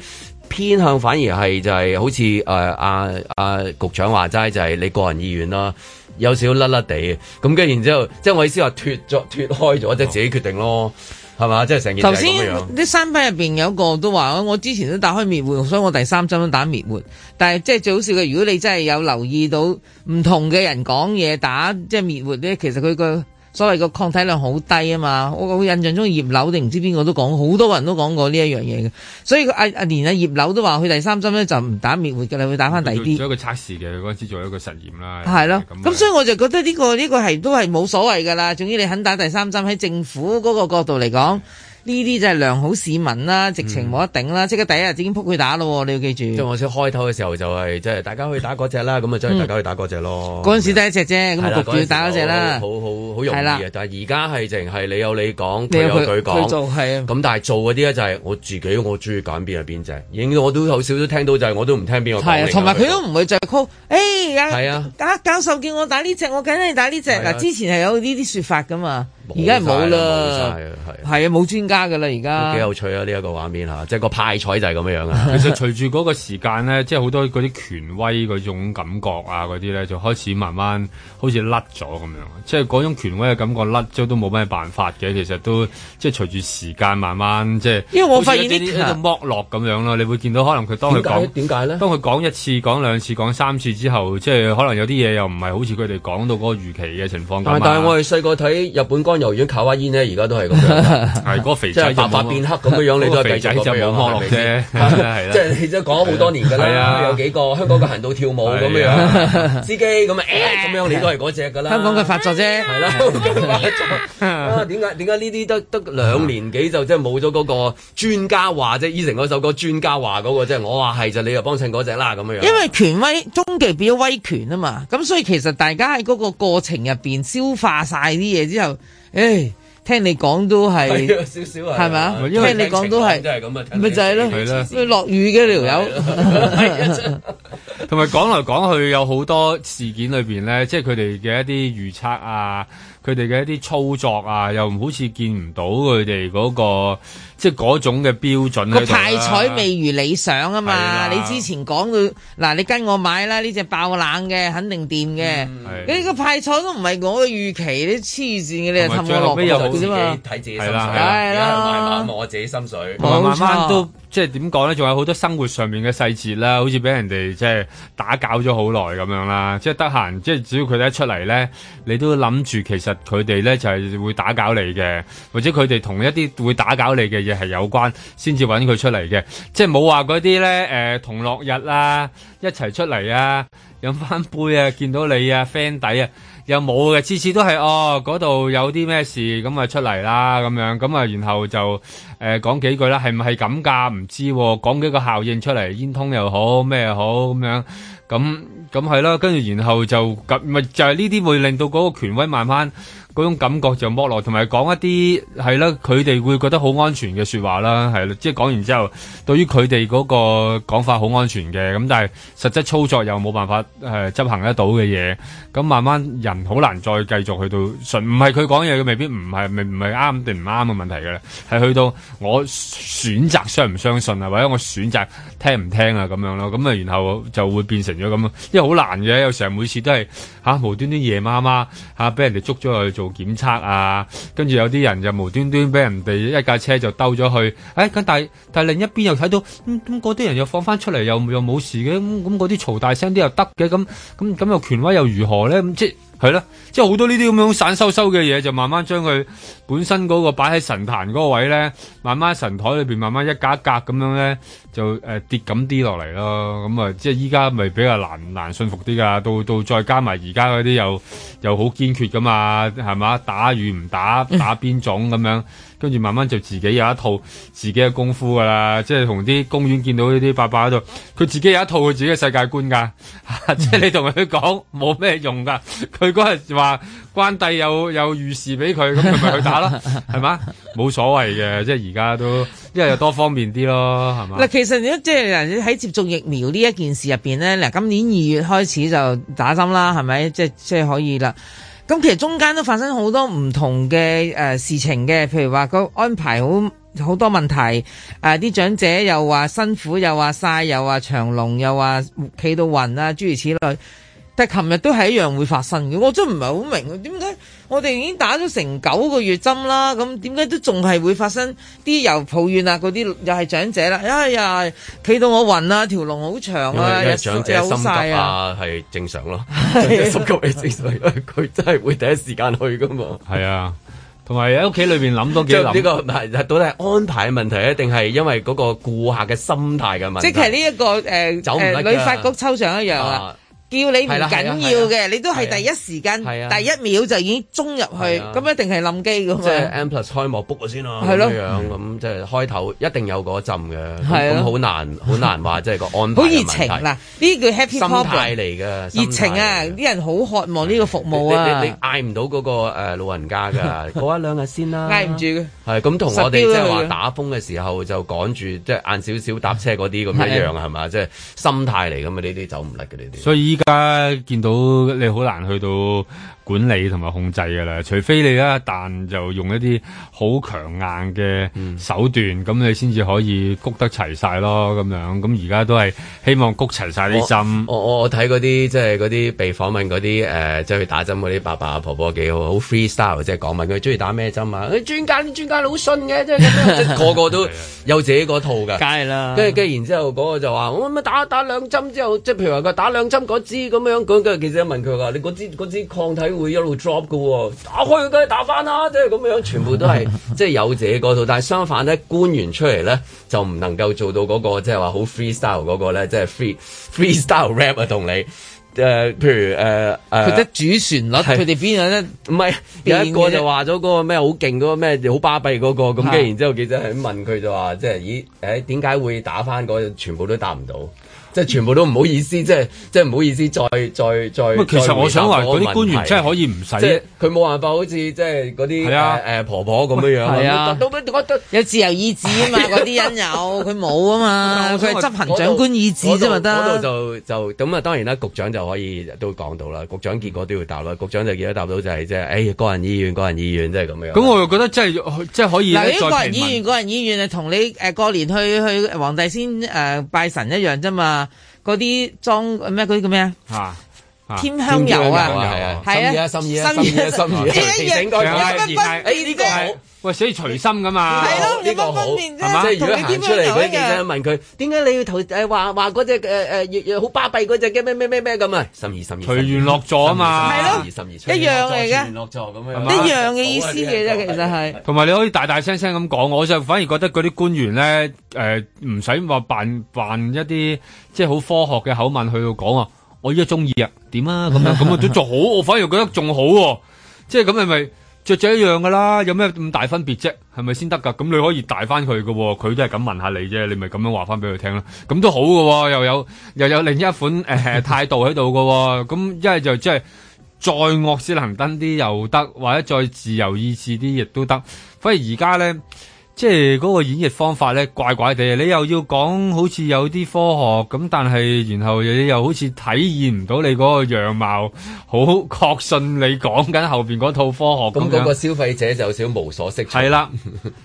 Speaker 2: 偏向反而係就係好似誒阿阿局長話齋，就係你個人意願啦，有少少甩甩地嘅咁跟住然之後，即係我意思話脱咗脱開咗，即係自己決定咯，係嘛？即係成件
Speaker 4: 頭
Speaker 2: 事係
Speaker 4: 先
Speaker 2: 咁樣。
Speaker 4: 啲三班入邊有一個都話，我之前都打開滅活，所以我第三針都打滅活。但係即係最好笑嘅，如果你真係有留意到唔同嘅人講嘢打即係滅活咧，其實佢個所謂個抗體量好低啊嘛。我我印象中葉劉定唔知邊個都講，好多人都講過呢一樣嘢嘅。所以佢阿阿連阿葉劉都話，佢第三針咧就唔打滅活㗎啦，會打翻第二
Speaker 6: 做
Speaker 4: 啲
Speaker 6: 做。一個測試嘅，嗰陣時做一個實驗啦。
Speaker 4: 係
Speaker 2: 啊
Speaker 4: 咯，
Speaker 6: 咁
Speaker 4: 咁所以我就覺得呢、個呢、個係都係冇所謂㗎啦。總之你肯打第三針，喺政府嗰個角度嚟講，呢啲就係良好市民啦，直情冇得頂啦。即刻第一日已經撲佢打咯喎，你要記
Speaker 2: 嗯即係
Speaker 4: 住。
Speaker 2: 我先開頭嘅時候就係即係大家去打嗰只啦，咁啊真係大家去打嗰只咯。
Speaker 4: 嗯嗰陣時得一隻啫，咁
Speaker 2: 係
Speaker 4: 啊
Speaker 2: 啦
Speaker 4: 焗住要打嗰只啦。
Speaker 2: 好好好好容易
Speaker 4: 係啦
Speaker 2: 啊！但係而家係淨係你有你講，
Speaker 4: 你
Speaker 2: 佢
Speaker 4: 有
Speaker 2: 有
Speaker 4: 佢
Speaker 2: 佢
Speaker 4: 佢做
Speaker 2: 講。
Speaker 4: 係啊，
Speaker 2: 咁但係做嗰啲咧就係我自己，我中意揀邊係邊只，影到我都有少少聽到就係我都唔聽邊個講
Speaker 4: 係
Speaker 2: 嚟
Speaker 4: 啊
Speaker 2: 㗎，
Speaker 4: 同埋佢都唔會再 call。誒
Speaker 2: 係
Speaker 4: 啊
Speaker 2: 啊，
Speaker 4: 打教授叫我打呢只，我梗係打呢只。
Speaker 2: 係啊
Speaker 4: 嗱，之前係有呢啲説法㗎嘛，而
Speaker 2: 冇
Speaker 4: 家係冇
Speaker 2: 晒冇
Speaker 4: 啦
Speaker 2: 晒。啊係啊
Speaker 4: 係啊，冇專家㗎啦，而
Speaker 2: 都幾
Speaker 4: 家。
Speaker 2: 有趣啊！呢一個畫面嚇，即係個派彩就係咁樣樣啊。
Speaker 6: 其實隨住嗰個時間咧，即係好多嗰啲權威嗰種感覺啊，嗰啲咧就開始慢慢好似甩咗咁樣，即係嗰種權威嘅感覺甩咗都冇咩辦法嘅。其實都即係隨住時間慢慢即係，
Speaker 4: 因為我發
Speaker 6: 好似
Speaker 4: 現
Speaker 6: 一
Speaker 4: 呢
Speaker 6: 啲一度剝落咁樣咯，你會見到可能佢當佢
Speaker 2: 點啊解
Speaker 6: 講
Speaker 2: 點解咧？
Speaker 6: 當佢講一次、講兩次、講三次之後，即係可能有啲嘢又唔係好似佢哋講到嗰個預期嘅情況咁
Speaker 2: 但係
Speaker 6: 啊。
Speaker 2: 但係我哋細個睇日本乾油丸卡哇伊呢，而家都係咁 樣。
Speaker 6: 係嗰個肥仔
Speaker 2: 即係白髮變黑咁樣樣你都係
Speaker 6: 肥仔
Speaker 2: 繼續
Speaker 6: 就
Speaker 2: 咁樣
Speaker 6: 冇
Speaker 2: 樣
Speaker 6: 落
Speaker 2: 係咪
Speaker 6: 啫，係啦係啦
Speaker 2: 即。係你都講咗好多年㗎
Speaker 6: 係
Speaker 2: 啦，
Speaker 6: 啊
Speaker 2: 有幾個香港嘅行到跳舞咁
Speaker 6: 係啊
Speaker 2: 樣，司機咁啊誒咁樣，你都係嗰只㗎啦。
Speaker 4: 香港嘅發作啫。
Speaker 2: 係啦，香港嘅發作啊點解點解呢啲得得兩年幾就即係冇咗嗰個專家話啫？Eason 嗰首歌專家話嗰個即係我話係就你又幫襯嗰只啦咁樣樣。
Speaker 4: 因為權威終極變咗威權啊嘛，咁所以其實大家喺嗰個過程入邊消化晒啲嘢之後，誒聽你講都 係
Speaker 2: 係啊少少係
Speaker 4: 係咪啊？
Speaker 2: 唔係因為
Speaker 4: 聽你講都係，
Speaker 2: 聽情況真係咁啊聽你
Speaker 4: 咪就係
Speaker 6: 係啦
Speaker 4: 咯，落雨嘅條友。
Speaker 6: 同埋講嚟講去有好多事件裏邊咧，即係佢哋嘅一啲預測啊，佢哋嘅一啲操作啊，又唔好似見唔到佢哋嗰個即係嗰種嘅標準
Speaker 4: 個
Speaker 6: 喺度啦
Speaker 4: 派彩未如理想啊嘛！
Speaker 6: 係啦
Speaker 4: 你之前講到嗱，你跟我買啦，呢只爆冷嘅，肯定掂嘅。
Speaker 2: 嗯
Speaker 4: 你個派彩都唔係我嘅預期，你黐線嘅，你又
Speaker 6: 同埋
Speaker 4: 氹
Speaker 6: 最
Speaker 4: 我
Speaker 6: 後
Speaker 4: 落
Speaker 6: 尾又好
Speaker 4: 局啫嘛。
Speaker 2: 睇自己心
Speaker 6: 係
Speaker 2: 水
Speaker 6: 啦
Speaker 2: 啦，
Speaker 6: 係
Speaker 2: 而
Speaker 6: 啦
Speaker 2: 家慢慢我自己心水，
Speaker 6: 同埋慢慢都即係點講咧？仲有好多生活上面嘅細節啦，好似俾人哋即係打攪咗好耐咁樣啦。即係得閒，即係只要佢哋一出嚟咧，你都諗住其實佢哋咧就係、會打攪你嘅，或者佢哋同一啲會打攪你嘅嘢係有關，先至揾佢出嚟嘅。即係冇話嗰啲咧誒同樂日啊，一齊出嚟啊，飲翻杯啊，見到你啊，friend 底啊。又冇嘅，次次都係哦，嗰度有啲咩事咁啊出嚟啦，咁樣咁啊，然後就誒、呃、講幾句啦，係唔係咁㗎？唔知喎、講幾個效應出嚟，煙通又好咩又好咁樣，咁咁係啦，跟住然後就咁咪就係呢啲會令到嗰個權威慢慢嗰種感覺就剝落，同埋講一啲係啦，佢哋會覺得好安全嘅説話啦，係啦，即係講完之後，對於佢哋嗰個講法好安全嘅，咁但係實質操作又冇辦法誒、呃、執行得到嘅嘢，咁慢慢人好難再繼續去到信，唔係佢講嘢，佢未必唔係未唔係啱定唔啱嘅問題嘅啦，係去到我選擇相唔相信啊，或者我選擇聽唔聽啊咁樣咯，咁啊然後就會變成咗咁咯，因為好難嘅，有時候每次都係嚇、無端端夜媽媽嚇俾人哋捉咗去做檢測啊，跟住有啲人就無端端俾人哋一架車就兜咗去，誒、咁但係但係另一邊又睇到，嗯咁嗰啲人又放翻出嚟又又冇事嘅，咁咁嗰啲嘈大聲啲又得嘅，咁咁咁又權威又如何咧？咁即係啦，即係好多呢啲咁樣散收收嘅嘢，就慢慢將佢本身嗰個擺喺神壇嗰個位咧，慢慢神台裏邊慢慢一格一格咁樣咧，就誒、呃跌咁啲落嚟咯。咁啊，即係依家咪比較難難信服啲噶。到到再加埋而家嗰啲又又好堅決噶嘛，係嘛？打與唔打，打邊種咁樣，跟住慢慢就自己有一套自己嘅功夫噶啦。即係同啲公園見到呢啲伯伯喺度，佢自己有一套佢自己嘅世界觀㗎。即係你同佢講冇咩用㗎。佢嗰日話關帝有有預示俾佢，咁佢咪去打咯，係嘛？冇所謂嘅，即係而家都，因為又多方面啲咯，係嘛
Speaker 4: 嗱，？其實如即係嗱，你喺接種疫苗呢一件事入邊咧，嗱，今年二月開始就打針啦，係咪？即係即係可以啦。咁其實中間都發生好多唔同嘅誒、呃事情嘅，譬如話個安排好好多問題，誒、啲長者又話辛苦，又話晒，又話長龍，又話企到暈啊，諸如此類。但係琴日都係一樣會發生嘅，我真唔係好明啊點解我哋已經打咗成九個月針啦，咁點解都仲係會發生啲又抱怨啊嗰啲又係長者啦，哎呀企到我暈啊，條龍好長
Speaker 2: 因為
Speaker 4: 啊，
Speaker 2: 因為
Speaker 4: 又
Speaker 2: 長者
Speaker 4: 又
Speaker 2: 心急
Speaker 4: 曬
Speaker 2: 啊，係正 常咯。長者心急係正常，因為佢真係會第一時間去噶嘛。
Speaker 6: 係啊，同埋喺屋企裏邊諗多幾
Speaker 2: 即係
Speaker 6: 諗
Speaker 2: 呢個唔係到底係安排嘅問題咧，定係因為嗰個顧客嘅心態嘅問題？
Speaker 4: 即
Speaker 2: 啊
Speaker 4: 係呢一個誒
Speaker 2: 走唔甩
Speaker 4: 誒
Speaker 2: 㗎
Speaker 4: 旅發局抽獎一樣
Speaker 2: 啊
Speaker 4: 啊。叫你唔緊
Speaker 2: 係啦係啦
Speaker 4: 要
Speaker 2: 係
Speaker 4: 嘅，
Speaker 2: 啦
Speaker 4: 你都係
Speaker 2: 係啊
Speaker 4: 第一時間、
Speaker 2: 係啊
Speaker 4: 第一秒就已經衝入去，
Speaker 2: 係啊
Speaker 4: 咁一啊定係冧機㗎
Speaker 2: 即係
Speaker 4: 嘛。
Speaker 2: M plus 開幕 book 咗先啦，
Speaker 4: 係
Speaker 2: 咁
Speaker 4: 咯
Speaker 2: 樣
Speaker 6: 嗯
Speaker 2: 咁即係開頭一定有嗰陣嘅，
Speaker 4: 係啊
Speaker 2: 咁好難好難話即係個安排
Speaker 4: 好
Speaker 2: 嘅
Speaker 4: 熱
Speaker 2: 問
Speaker 4: 情啊
Speaker 2: 題
Speaker 4: 嗱，呢叫 happy
Speaker 2: 心
Speaker 4: problem
Speaker 2: 態嚟嘅心態
Speaker 4: 熱情啊！啲人好渴望呢個服務啊
Speaker 2: 你你，你嗌唔到嗰個誒老 人家㗎， 過一兩日先啦。
Speaker 4: 捱唔住嘅。
Speaker 2: 係咁，同
Speaker 4: 實啊
Speaker 2: 我哋
Speaker 4: 飆
Speaker 2: 即
Speaker 4: 咗
Speaker 2: 係話
Speaker 4: 佢
Speaker 2: 打風嘅時候就趕住，即係晏少少搭車嗰啲咁一樣
Speaker 6: 係
Speaker 2: 係嘛？即係心態嚟㗎嘛，呢啲走唔甩嘅呢啲。
Speaker 6: 所以依家見到你好難去到管理同埋控制㗎啦，除非你一旦就用一啲好強硬嘅
Speaker 2: 嗯
Speaker 6: 手段，咁、你先至可以谷得齊晒咯，咁樣咁而家都係希望谷齊晒啲針。
Speaker 2: 我我我睇嗰啲即係嗰啲被訪問嗰啲誒，即係去打針嗰啲伯伯婆婆幾好，好 freestyle 即係講問佢中意打咩針啊？誒專家啲專家好信嘅，即係咁樣即係個個都有自己嗰套㗎。
Speaker 16: 梗係啦
Speaker 2: 跟住跟住然之後嗰個就話：我乜打打兩針之後，即係譬如話佢打兩針嗰支咁樣，咁跟住記者問佢話：你嗰支嗰支抗體會一路 drop 㗎喎，打開佢梗係打翻啦，即係咁樣，全部 都係即係有自己嗰套。但係相反咧，官員出嚟咧就唔能夠做到嗰、個即係話好 freestyle 嗰個咧，即係 free freestyle rap 啊，同你。誒、譬如誒誒，
Speaker 4: 佢得主旋律，佢哋邊有得
Speaker 2: 唔係有一個就話咗嗰個咩好勁嗰個咩好巴閉嗰個，咁跟住
Speaker 4: 嚇
Speaker 2: 然之後記者係咁問佢就話，即係咦誒點解會打翻嗰個全部都答唔到。即係全部都唔好意思，即係即係唔好意思，再再再。
Speaker 6: 啊喂其實
Speaker 2: 再回答
Speaker 6: 我想話
Speaker 2: 嗰個
Speaker 6: 嗰啲官員
Speaker 2: 問題
Speaker 6: 真係可以唔使
Speaker 2: 即係佢冇辦法好似即係嗰啲
Speaker 6: 係啊
Speaker 2: 誒誒婆婆咁樣樣
Speaker 6: 係啊
Speaker 2: 都都都都
Speaker 4: 有自由意志啊 嘛，嗰啲人有，佢冇啊嘛，佢係執行長官意志啫嘛
Speaker 2: 嗰度
Speaker 4: 得。
Speaker 2: 就就咁啊，當然啦，局長就可以都講到啦，局長結果都要答啦，局長就結果答到就係即係，誒個人意願，個人意願即係咁樣。
Speaker 6: 咁我又覺得真係即係可以
Speaker 4: 嗱，
Speaker 6: 咧
Speaker 4: 呢個
Speaker 6: 再
Speaker 4: 人
Speaker 6: 平
Speaker 4: 醫
Speaker 6: 民
Speaker 4: 院，個人醫院係同你誒過年去去皇帝先誒拜神一樣啫嘛。嗰啲裝咩嗰啲叫咩啊？
Speaker 6: 嚇。
Speaker 4: 添香油啊，
Speaker 2: 係啊，心意啊，心意啊，心意啊，心意啊，應該誒呢個好。
Speaker 6: 喂，所以隨心噶嘛，
Speaker 2: 呢個好，係嘛？即係如果行出嚟嗰啲記者問佢點解你要投誒話話嗰只誒誒好巴閉嗰只嘅咩咩咩咩咁啊？心意心意，
Speaker 6: 隨緣落座啊嘛，
Speaker 2: 心意心意，
Speaker 4: 一樣嚟嘅，
Speaker 2: 樣
Speaker 4: 一樣嘅意思嘅
Speaker 2: 啊
Speaker 4: 啫，其實係。
Speaker 6: 同埋你可以大大聲聲咁講，我就反而覺得嗰啲官員咧，誒唔使話扮扮一啲即係好科學嘅口吻去到講啊，我依家中意啊，點啊咁樣，咁啊都仲好，我反而覺得仲好喎、即係咁係咪着咗一樣噶啦？有咩咁大分別啫？係咪先得㗎？咁你可以大翻佢嘅喎，佢都係咁問下你啫，你咪咁樣話翻俾佢聽啦。咁都好嘅喎、又有又有另一款誒、 呃、態度喺度嘅喎，咁一係就即係。再惡死能登啲又得，或者再自由意志啲亦都得。反而而家咧，即係嗰個演繹方法咧，怪怪地。啊你又要講好似有啲科學咁，但係然後你又好似體現唔到你嗰個樣貌，好確信你講緊後邊嗰套科
Speaker 2: 咁
Speaker 6: 學咁
Speaker 2: 嗰個
Speaker 6: 樣。
Speaker 2: 消費者就有少少無所適從。
Speaker 6: 係啦，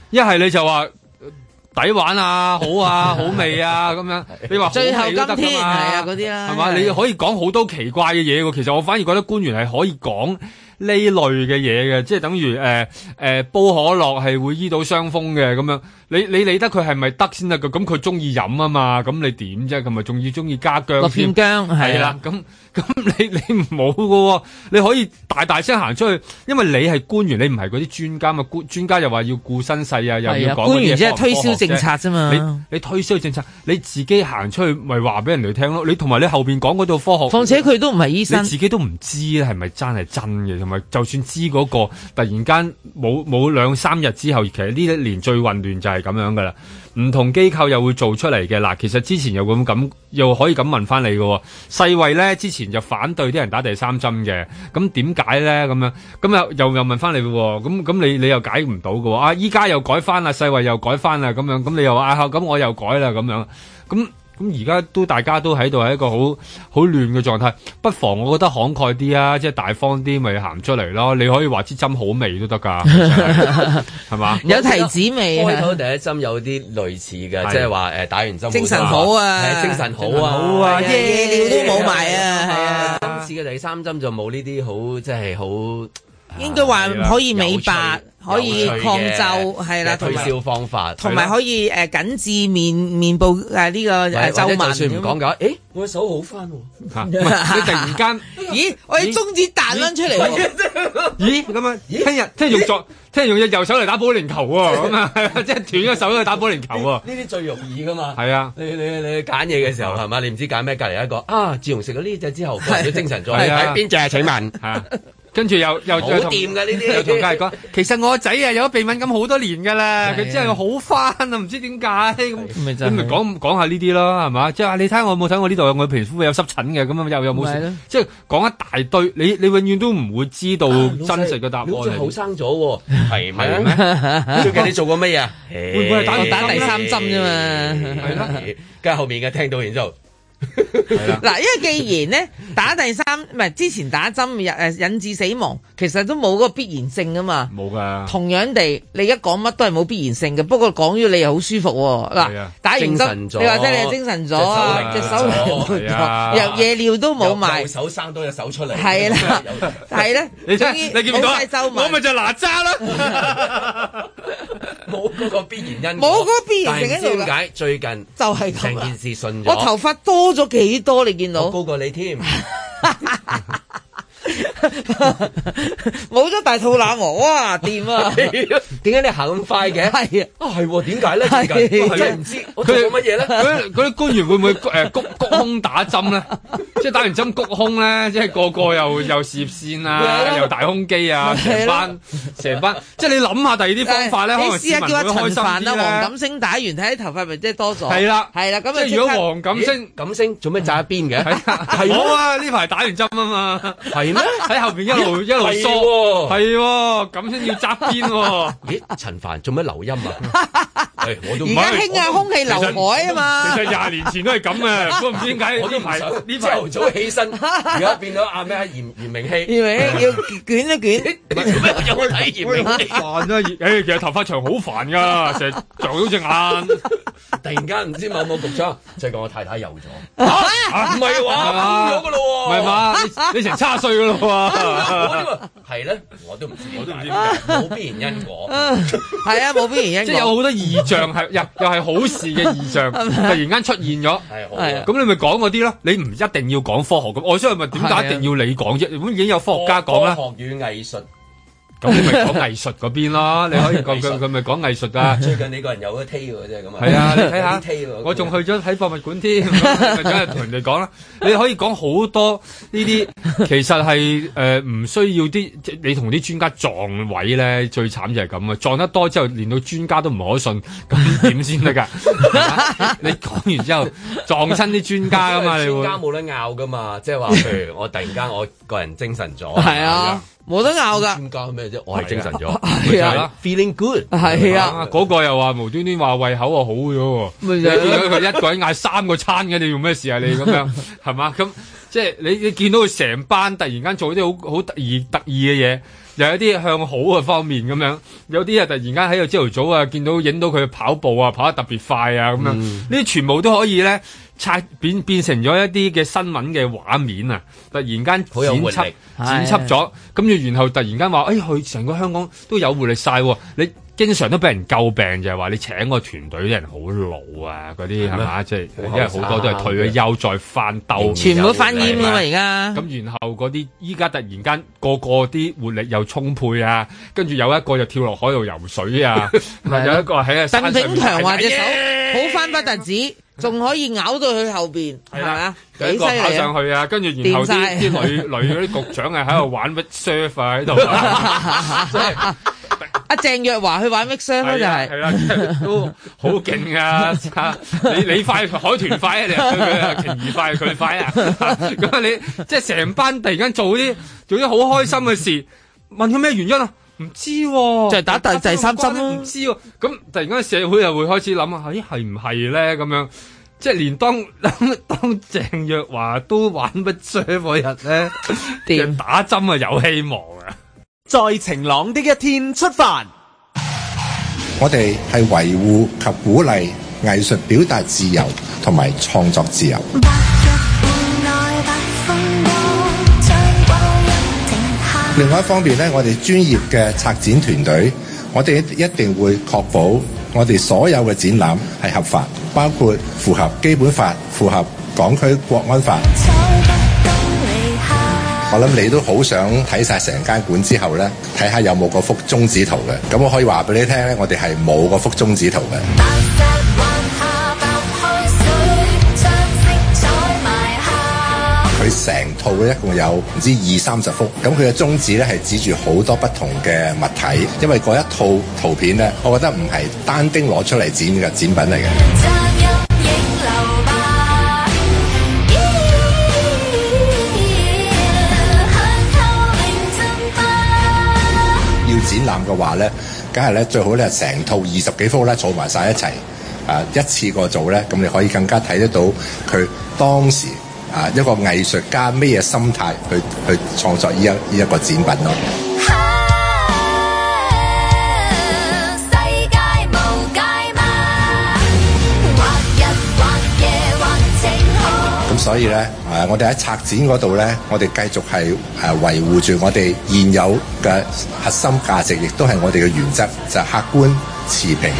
Speaker 6: 一係你就話呃抵玩啊，好啊，好味啊咁 樣。你話好
Speaker 4: 最後
Speaker 6: 味都得
Speaker 4: 今天係
Speaker 6: 㗎嘛
Speaker 4: 啊嗰啲啦，
Speaker 6: 係嘛？你可以講好多奇怪嘅嘢喎。其實我反而覺得官員係可以講呢類嘅嘢嘅，即係等於誒誒煲可樂係會醫到傷風嘅咁樣。你你理得佢係咪得先得㗎？咁佢中意飲啊嘛，咁你點啫？佢咪仲要中意加薑
Speaker 4: 落
Speaker 6: 添
Speaker 4: 片姜係啊
Speaker 6: 係啦
Speaker 4: 啦。，
Speaker 6: 咁咁你 你冇噶喎，你可以大大聲行出去，因為你係官員，你唔係嗰啲專家嘛，官專家又話要顧身世啊，又要
Speaker 4: 係啊
Speaker 6: 講嗰啲嘢
Speaker 4: 官員只係
Speaker 6: 科唔
Speaker 4: 推銷
Speaker 6: 科學
Speaker 4: 政策啫嘛
Speaker 6: 你你推銷政策，你自己行出去咪話俾人哋聽咯，你同埋你後邊講嗰套科學，
Speaker 4: 況且佢都唔係醫生
Speaker 6: 你自己都唔知係咪真係真嘅，同埋就算知嗰、個，突然間冇冇兩三日之後，其實呢一年最混亂就係咁樣噶啦。唔同機構又會做出嚟嘅嗱，其實之前又咁咁，又可以咁問翻你嘅喎。世衛咧之前就反對啲人打第三針嘅，咁點解咧咁樣？咁又又又問翻你喎，咁咁你你又解唔到嘅喎啊！依家又改翻啦，世衛又改翻啦，咁樣咁你又話啊，咁我又改啦咁樣咁。咁而家都大家都喺度係一個好好亂嘅狀態，不妨我覺得慷慨啲啊，即係大方啲，咪行出嚟咯。你可以話支針好味都得㗎， 係嘛？
Speaker 4: 有提子味啊
Speaker 2: 開頭第一針有啲類似嘅，
Speaker 6: 係
Speaker 2: 即係話 誒打完針
Speaker 4: 精神好啊
Speaker 2: 係精神好啊，
Speaker 4: 好啊夜尿都冇埋啊係啊
Speaker 2: 今次嘅第三針就冇呢啲好即係好。
Speaker 4: 應該話可以美白，可以
Speaker 2: 有趣嘅
Speaker 4: 抗皺，係啦，
Speaker 2: 嘅
Speaker 4: 同
Speaker 2: 推
Speaker 4: 埋
Speaker 2: 銷方法，
Speaker 4: 同埋可以誒緊致面面部誒呢個
Speaker 2: 或者
Speaker 4: 誒皺紋。
Speaker 2: 就算唔講嘅，誒我手好翻
Speaker 6: 嚇唔係你突然 間，
Speaker 4: 咦，我哋中指彈翻出嚟喎，
Speaker 6: 咦咁啊？聽日聽日用作聽日用隻右手嚟打保齡球喎，咁啊， 即係斷咗手去打保齡球喎。
Speaker 2: 呢啲最容易噶嘛。
Speaker 6: 係啊，
Speaker 2: 你你你揀嘢嘅時候係啊嘛？你唔知揀咩？隔離一個啊，自從食咗呢隻之後，個人都精神咗。
Speaker 6: 係啊
Speaker 2: 睇邊隻？請問
Speaker 6: 嚇。跟住又又
Speaker 2: 好
Speaker 6: 又同
Speaker 2: 掂㗎呢啲
Speaker 6: 又同家人講，其實我仔啊有咗鼻敏感好多年㗎啦，佢真係好翻啊，唔知點解咁。
Speaker 4: 咪就
Speaker 6: 咁咪講講下呢啲咯，係嘛？即係話你睇下我有冇睇我呢度我皮膚有濕疹嘅，咁啊又有冇
Speaker 2: 咪係咯
Speaker 6: 事？即係講一大堆，你你永遠都唔會知道真實嘅答案
Speaker 2: 你好似
Speaker 6: 係
Speaker 2: 後
Speaker 6: 點。
Speaker 2: 生咗喎，係咪
Speaker 6: 係咩
Speaker 2: 咩？最近你做過乜嘢啊？ 會
Speaker 6: 唔會係打完
Speaker 4: 打第三針啫嘛
Speaker 2: 係啦，跟住後面嘅聽到，然之後
Speaker 4: 嗱，因為既然咧打第三唔係之前打針引誒引致死亡，其實都冇嗰個必然性啊嘛。
Speaker 6: 冇㗎。
Speaker 4: 同樣地，你而家講乜都係冇必然性嘅，不過講咗你又好舒服喎。
Speaker 2: 係
Speaker 4: 嗱
Speaker 2: 啊，
Speaker 4: 打完
Speaker 2: 精
Speaker 4: 針，
Speaker 2: 神
Speaker 4: 你
Speaker 2: 咗
Speaker 4: 話即係你精神咗啊，隻
Speaker 2: 隻手
Speaker 4: 手
Speaker 2: 靈咗係啊
Speaker 4: 又夜尿都冇埋
Speaker 2: 右，手生多隻手出嚟，
Speaker 4: 係啦，係咧，
Speaker 2: 你真係
Speaker 4: 終於
Speaker 2: 你見唔見到啊
Speaker 4: 冇晒皺紋
Speaker 2: 我咪就係哪
Speaker 6: 吒
Speaker 2: 啦， 冇嗰個必然因果，
Speaker 4: 冇嗰個必然性喺度㗎
Speaker 2: 但係唔知點解最近
Speaker 4: 就係咁
Speaker 2: 成
Speaker 4: 啦
Speaker 2: 件事信咗，
Speaker 4: 我頭髮多咗幾多，你見到
Speaker 2: 高過你添。
Speaker 4: 冇咗大肚腩喎，哇掂啊！
Speaker 2: 點解你行咁快嘅？
Speaker 4: 係啊，
Speaker 2: 啊係喎，點解咧？
Speaker 4: 係
Speaker 2: 最近我真係唔知，我做
Speaker 6: 佢
Speaker 2: 咗乜嘢咧？
Speaker 6: 嗰啲嗰啲官員會唔會誒谷谷胸打針咧？ 即係打完針谷胸咧，即係個個又又事業線
Speaker 4: 係
Speaker 6: 啊，
Speaker 4: 咯
Speaker 6: 又大胸肌啊，
Speaker 4: 係
Speaker 6: 成
Speaker 4: 咯
Speaker 6: 班成班，即係你諗下第二啲方法咧，可
Speaker 4: 你
Speaker 6: 能
Speaker 4: 試
Speaker 6: 市
Speaker 4: 下
Speaker 6: 民
Speaker 4: 叫阿
Speaker 6: 會開
Speaker 4: 陳
Speaker 6: 心
Speaker 4: 凡啊、
Speaker 6: 啲咧
Speaker 4: 黃錦。星打完，睇啲頭髮咪即係多咗。
Speaker 6: 係啦
Speaker 4: 係啦，咁啊
Speaker 6: 即係如果
Speaker 4: 即刻
Speaker 6: 黃錦星
Speaker 2: 錦星做咩扎一邊嘅？
Speaker 6: 係我啊！呢排打完針啊嘛，
Speaker 2: 係咩
Speaker 6: 喺後邊一路一路
Speaker 2: 係
Speaker 6: 梳，
Speaker 2: 喎
Speaker 6: 係喎，咁先要扎邊喎。
Speaker 2: 咦，陳凡做咩留音啊？係我都唔
Speaker 4: 而家興啊，空氣劉海啊嘛。
Speaker 6: 其實廿年前都係咁 嘅，不過唔知點解
Speaker 2: 我都
Speaker 6: 呢
Speaker 2: 唔
Speaker 6: 排
Speaker 2: 想
Speaker 6: 呢排
Speaker 2: 朝頭早起身， 而家 變咗阿咩啊嚴嚴明 熙，
Speaker 4: 要要捲 一捲，
Speaker 2: 有冇睇嚴明熙？
Speaker 6: 煩啊！誒，其實頭髮長好煩噶，成日長到隻眼。
Speaker 2: 突然間唔知某某局長最近我太太有咗，唔係話
Speaker 6: 啊
Speaker 2: 癲咗噶咯
Speaker 6: 唔
Speaker 2: 喎，
Speaker 6: 係嘛？你你成差歲噶咯
Speaker 2: 係咧，我都唔知點解，
Speaker 6: 點解
Speaker 2: 冇必 然因果。
Speaker 4: 係啊，冇必然
Speaker 6: 喎，即
Speaker 4: 因
Speaker 6: 係有好
Speaker 4: 果。
Speaker 6: 多異象係 又又係好事嘅異 象，
Speaker 4: 係
Speaker 6: 突
Speaker 4: 咪
Speaker 6: 然間出現咗。
Speaker 2: 係好
Speaker 4: 係啊
Speaker 6: 咁你咪講嗰啲咯，你唔一定要講科學咁。我想問點解一定要你講啫？咁已經有科學家講啦，
Speaker 2: 科學與藝術。
Speaker 6: 咁你咪講藝術嗰 邊咯。你可以講
Speaker 2: 藝術
Speaker 6: 佢佢咪講藝術 啊。
Speaker 2: 最近你個人有咗 T 喎，真係咁啊！
Speaker 6: 係啊，你睇
Speaker 2: 有啲 T
Speaker 6: 下
Speaker 2: 喎，
Speaker 6: 我仲去咗睇博物館添，咁啊咪梗係同人哋 講啦。你可以講好多呢啲，其實係誒唔需要啲，即係你同啲專家撞位咧，最慘就係咁啊！撞得多之後，連到專家都唔可信，咁點先得㗎？係嘛你講完之後撞親啲專家㗎嘛，你
Speaker 2: 專
Speaker 6: 會
Speaker 2: 家冇得拗噶嘛，即係話譬如我突然間我個人精神咗，
Speaker 4: 係啊，冇得拗㗎。
Speaker 2: 專家咩啫？我係精 神咗，
Speaker 4: 係啊
Speaker 2: 咪就係啦，feeling good，
Speaker 4: 係啊
Speaker 6: 啊嗰個又話無端端話胃口啊好咗喎，
Speaker 4: 咪
Speaker 6: 你
Speaker 4: 就係
Speaker 6: 見
Speaker 4: 咯
Speaker 6: 到佢一個人嗌三個餐嘅，你做咩事啊？你咁樣 係嘛？咁即係你你見到佢成班突然間做啲好好特異特異嘅嘢，又有啲向好嘅方面咁樣，有啲啊突然間喺度朝頭早啊見到影到佢跑步啊跑得特別快啊咁樣，
Speaker 4: 嗯
Speaker 6: 呢啲、全部都可以咧。拆變變成咗一啲嘅新聞嘅畫面啊！突然間剪
Speaker 2: 好有活力
Speaker 6: 輯剪輯咗，咁就然後突然間話，誒、佢成個香港都有活力晒喎！你經常都俾人詬病，就係、話你請個團隊啲人好老啊，嗰啲係嘛？即係因為好多都係退咗休再翻斗，
Speaker 4: 啊全部翻煙啊嘛，而家
Speaker 6: 咁然後嗰啲依家突然間個個啲活力又充沛啊，跟住有一個就跳落海度游水 啊，有一個
Speaker 4: 鄧
Speaker 6: 喺山上
Speaker 4: 炳
Speaker 6: 面
Speaker 4: 強話隻手
Speaker 6: 大大
Speaker 4: 好翻不特止，仲可以咬到佢後邊，係嘛？幾
Speaker 6: 有
Speaker 4: 犀
Speaker 6: 一個跑
Speaker 4: 利啊！
Speaker 6: 上去啊，跟住然
Speaker 4: 掂
Speaker 6: 後
Speaker 4: 晒
Speaker 6: 啲 啲女女嗰啲局長啊喺度玩 surf 啊喺度 啊，
Speaker 4: 阿鄭若華去玩 m i x e 咯，就
Speaker 6: 啊
Speaker 4: 係
Speaker 6: 係啦，即係都好 勁啊！啊你你快海豚快啊，你啊 佢啊鯨魚快佢快啊！ 咁啊你即係成班突然間做啲做啲好開心嘅事，問佢咩原因啊？唔知喎、啊
Speaker 4: 就係打第第三啊針咯
Speaker 6: 唔知喎、咁突然間社會又會開始諗啊，咦係唔係咧咁樣？即係連當 當鄭若華都玩乜衰嗰日咧，人打針啊有希望啊！
Speaker 5: 在晴朗的一天出發。
Speaker 7: 我哋係維護及鼓勵藝術表達自由同埋創作自由。另外一方面咧，我哋專業嘅策展團隊，我哋一定會確保我哋所有嘅展覽係合法，包括符合基本法、符合港區國安法。我諗你都好想睇晒成間館之後咧，睇下有冇嗰幅中指圖嘅。咁我可以話俾你聽咧，我哋係冇嗰幅中指圖嘅。佢成套咧一共有唔知二三十幅，咁佢嘅宗旨咧係指住好多不同嘅物體，因為嗰一套圖片咧，我覺得唔係單丁攞出嚟展嘅展品嚟嘅。要展覽嘅話咧，梗係咧最好咧成套二十幾幅咧儲埋晒一齊，啊一次過做咧，咁你可以更加睇得到佢當時啊一個藝術家咩嘢心態去去創作呢一呢一個展品咯。咁所以咧，誒，我哋喺策展嗰度咧，我哋繼續係誒維護住我哋現有嘅核心價值，亦都係我哋嘅原則，就係客觀持平。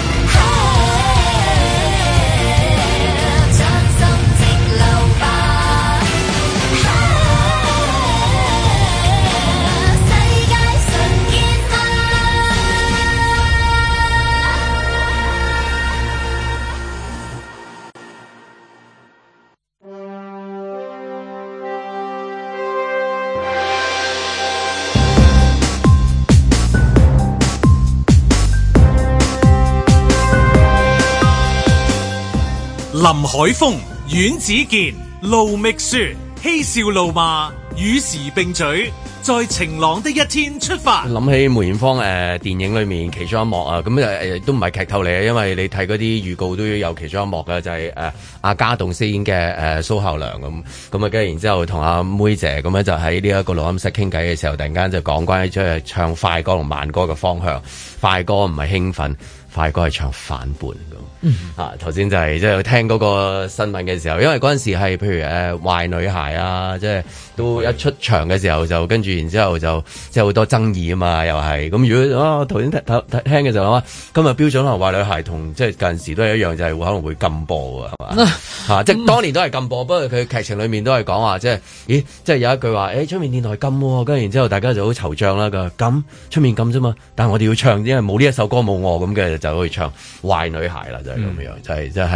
Speaker 1: 林海峰、阮子健、盧覓雪，嬉笑怒罵，與時並舉，在晴朗的一天出發。
Speaker 2: 諗起梅艷芳誒、呃、電影裏面其中一幕啊，咁誒、呃、都唔係劇透嚟嘅，因為你睇嗰啲預告都有其中一幕嘅，就係誒阿家棟飾演嘅誒、呃、蘇孝良咁，咁啊跟住然之後同阿妹姐咁樣就喺呢一個錄音室傾偈嘅時候，突然間就講關於即係唱快歌同慢歌嘅方向，快歌唔係興奮。快歌係唱反叛咁、啊！頭先就係即係聽嗰個新聞嘅時候，因為嗰陣時係譬如誒、呃、壞女孩啊，即係都一出場嘅時候就跟住，然之後就即係好多爭議啊嘛，又係咁。如果啊頭先聽聽聽嘅時候諗今日標準可能壞女孩同即係近時都係一樣，就係、會可能會禁播㗎，係嘛嚇啊
Speaker 4: 嗯
Speaker 2: 即係當年都係禁播，不過佢劇情裡面都係講話即係，咦，即係有一句話誒出面電台禁喎，跟住然之後大家就好惆悵啦，佢話禁出面禁啫嘛，但係我哋要唱，因為冇呢一首歌冇我咁嘅。就去唱壞女孩啦，就係、是、咁
Speaker 4: 嗯
Speaker 2: 樣，就係就喺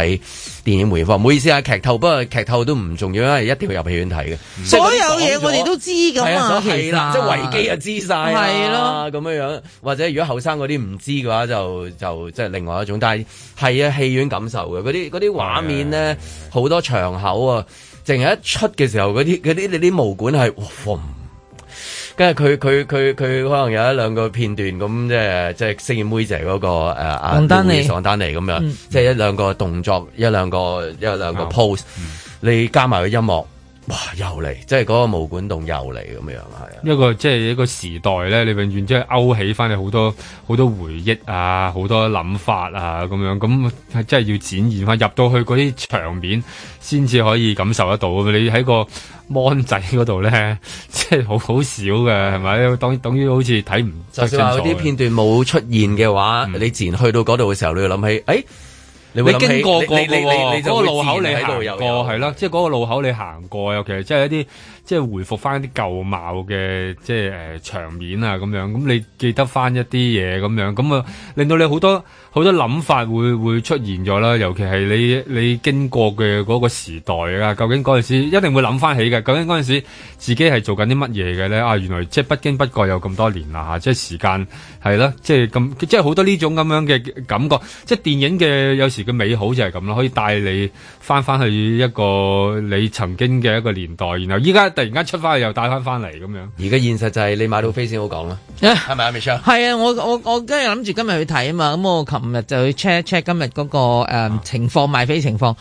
Speaker 2: 電影梅艷芳。唔好意思啊，劇透，不過劇透都唔重要，因為一定要入戲院睇嘅。即係
Speaker 4: 所
Speaker 2: 嗰啲
Speaker 4: 有
Speaker 2: 講
Speaker 4: 嘢
Speaker 2: 咗
Speaker 4: 我哋都知㗎
Speaker 2: 係
Speaker 4: 嘛，
Speaker 2: 啊，所以係啦，
Speaker 4: 其實
Speaker 2: 即係維基啊知晒啊，
Speaker 4: 係咯。
Speaker 2: 咁樣樣，或者如果後生嗰啲唔知嘅話，就就即係另外一種。但係係啊，戲院感受嘅嗰啲嗰啲畫面咧，好多場口啊，淨係一出嘅時候，嗰啲嗰啲你啲毛管係哇嗡跟住佢佢佢佢可能有一兩個片段咁，即係即係飾演妹姐嗰、個誒阿
Speaker 4: 王丹妮
Speaker 2: 王丹妮咁樣，
Speaker 4: 嗯啊
Speaker 2: 即係一兩個動作，一兩個一兩個 pose，、你
Speaker 4: 嗯
Speaker 2: 加埋個音樂，哇又嚟，即係嗰個毛管動又嚟咁樣啊係。
Speaker 6: 一個即係一個時代咧，你永遠即係勾起翻你好多好多回憶啊，好多諗法啊咁樣，咁係真係要展現翻入到去嗰啲場面，先至可以感受得到。你喺個 mon 仔嗰度咧，即係好好少嘅，係咪？等等於好似睇唔
Speaker 2: 就算話有啲片段冇出現嘅話，
Speaker 6: 嗯
Speaker 2: 你自然去到嗰度嘅時候，你會諗起，誒、你會諗起
Speaker 6: 經過過
Speaker 2: 你
Speaker 6: 嘅
Speaker 2: 你你你
Speaker 6: 喎，
Speaker 2: 你
Speaker 6: 嗰
Speaker 2: 就
Speaker 6: 個
Speaker 2: 會
Speaker 6: 路口
Speaker 2: 自
Speaker 6: 你
Speaker 2: 然喺
Speaker 6: 行
Speaker 2: 度有
Speaker 6: 過係啦，即係嗰個路口你行過，尤其係即係一啲即係回復翻啲舊貌嘅即係誒、呃、場面啊咁樣，咁你記得翻一啲嘢咁樣，咁啊令到你好多好多諗法會會出現咗啦，尤其係你你經過嘅嗰個時代啊，究竟嗰陣時一定會諗翻起嘅，究竟嗰陣時自己係做緊啲乜嘢嘅咧？啊，原來即係不經不覺有咁多年啦嚇，啊即係時間係啦，即係咁，即係好多呢種咁樣嘅感覺，即係電影嘅有時嘅美好就係咁啦，可以帶你翻翻去一個你曾經嘅一個年代，然後依家突然間出翻去又帶翻翻嚟咁樣。
Speaker 2: 而家現實就係你買到飛先好 講啦，
Speaker 4: 係
Speaker 2: 咪啊 Michelle？
Speaker 4: 係啊，我我我今日諗住今日去睇啊嘛，咁我琴日就去
Speaker 6: 嗯
Speaker 4: check check 今日嗰、個、呃
Speaker 6: 啊
Speaker 4: 情況賣飛情況，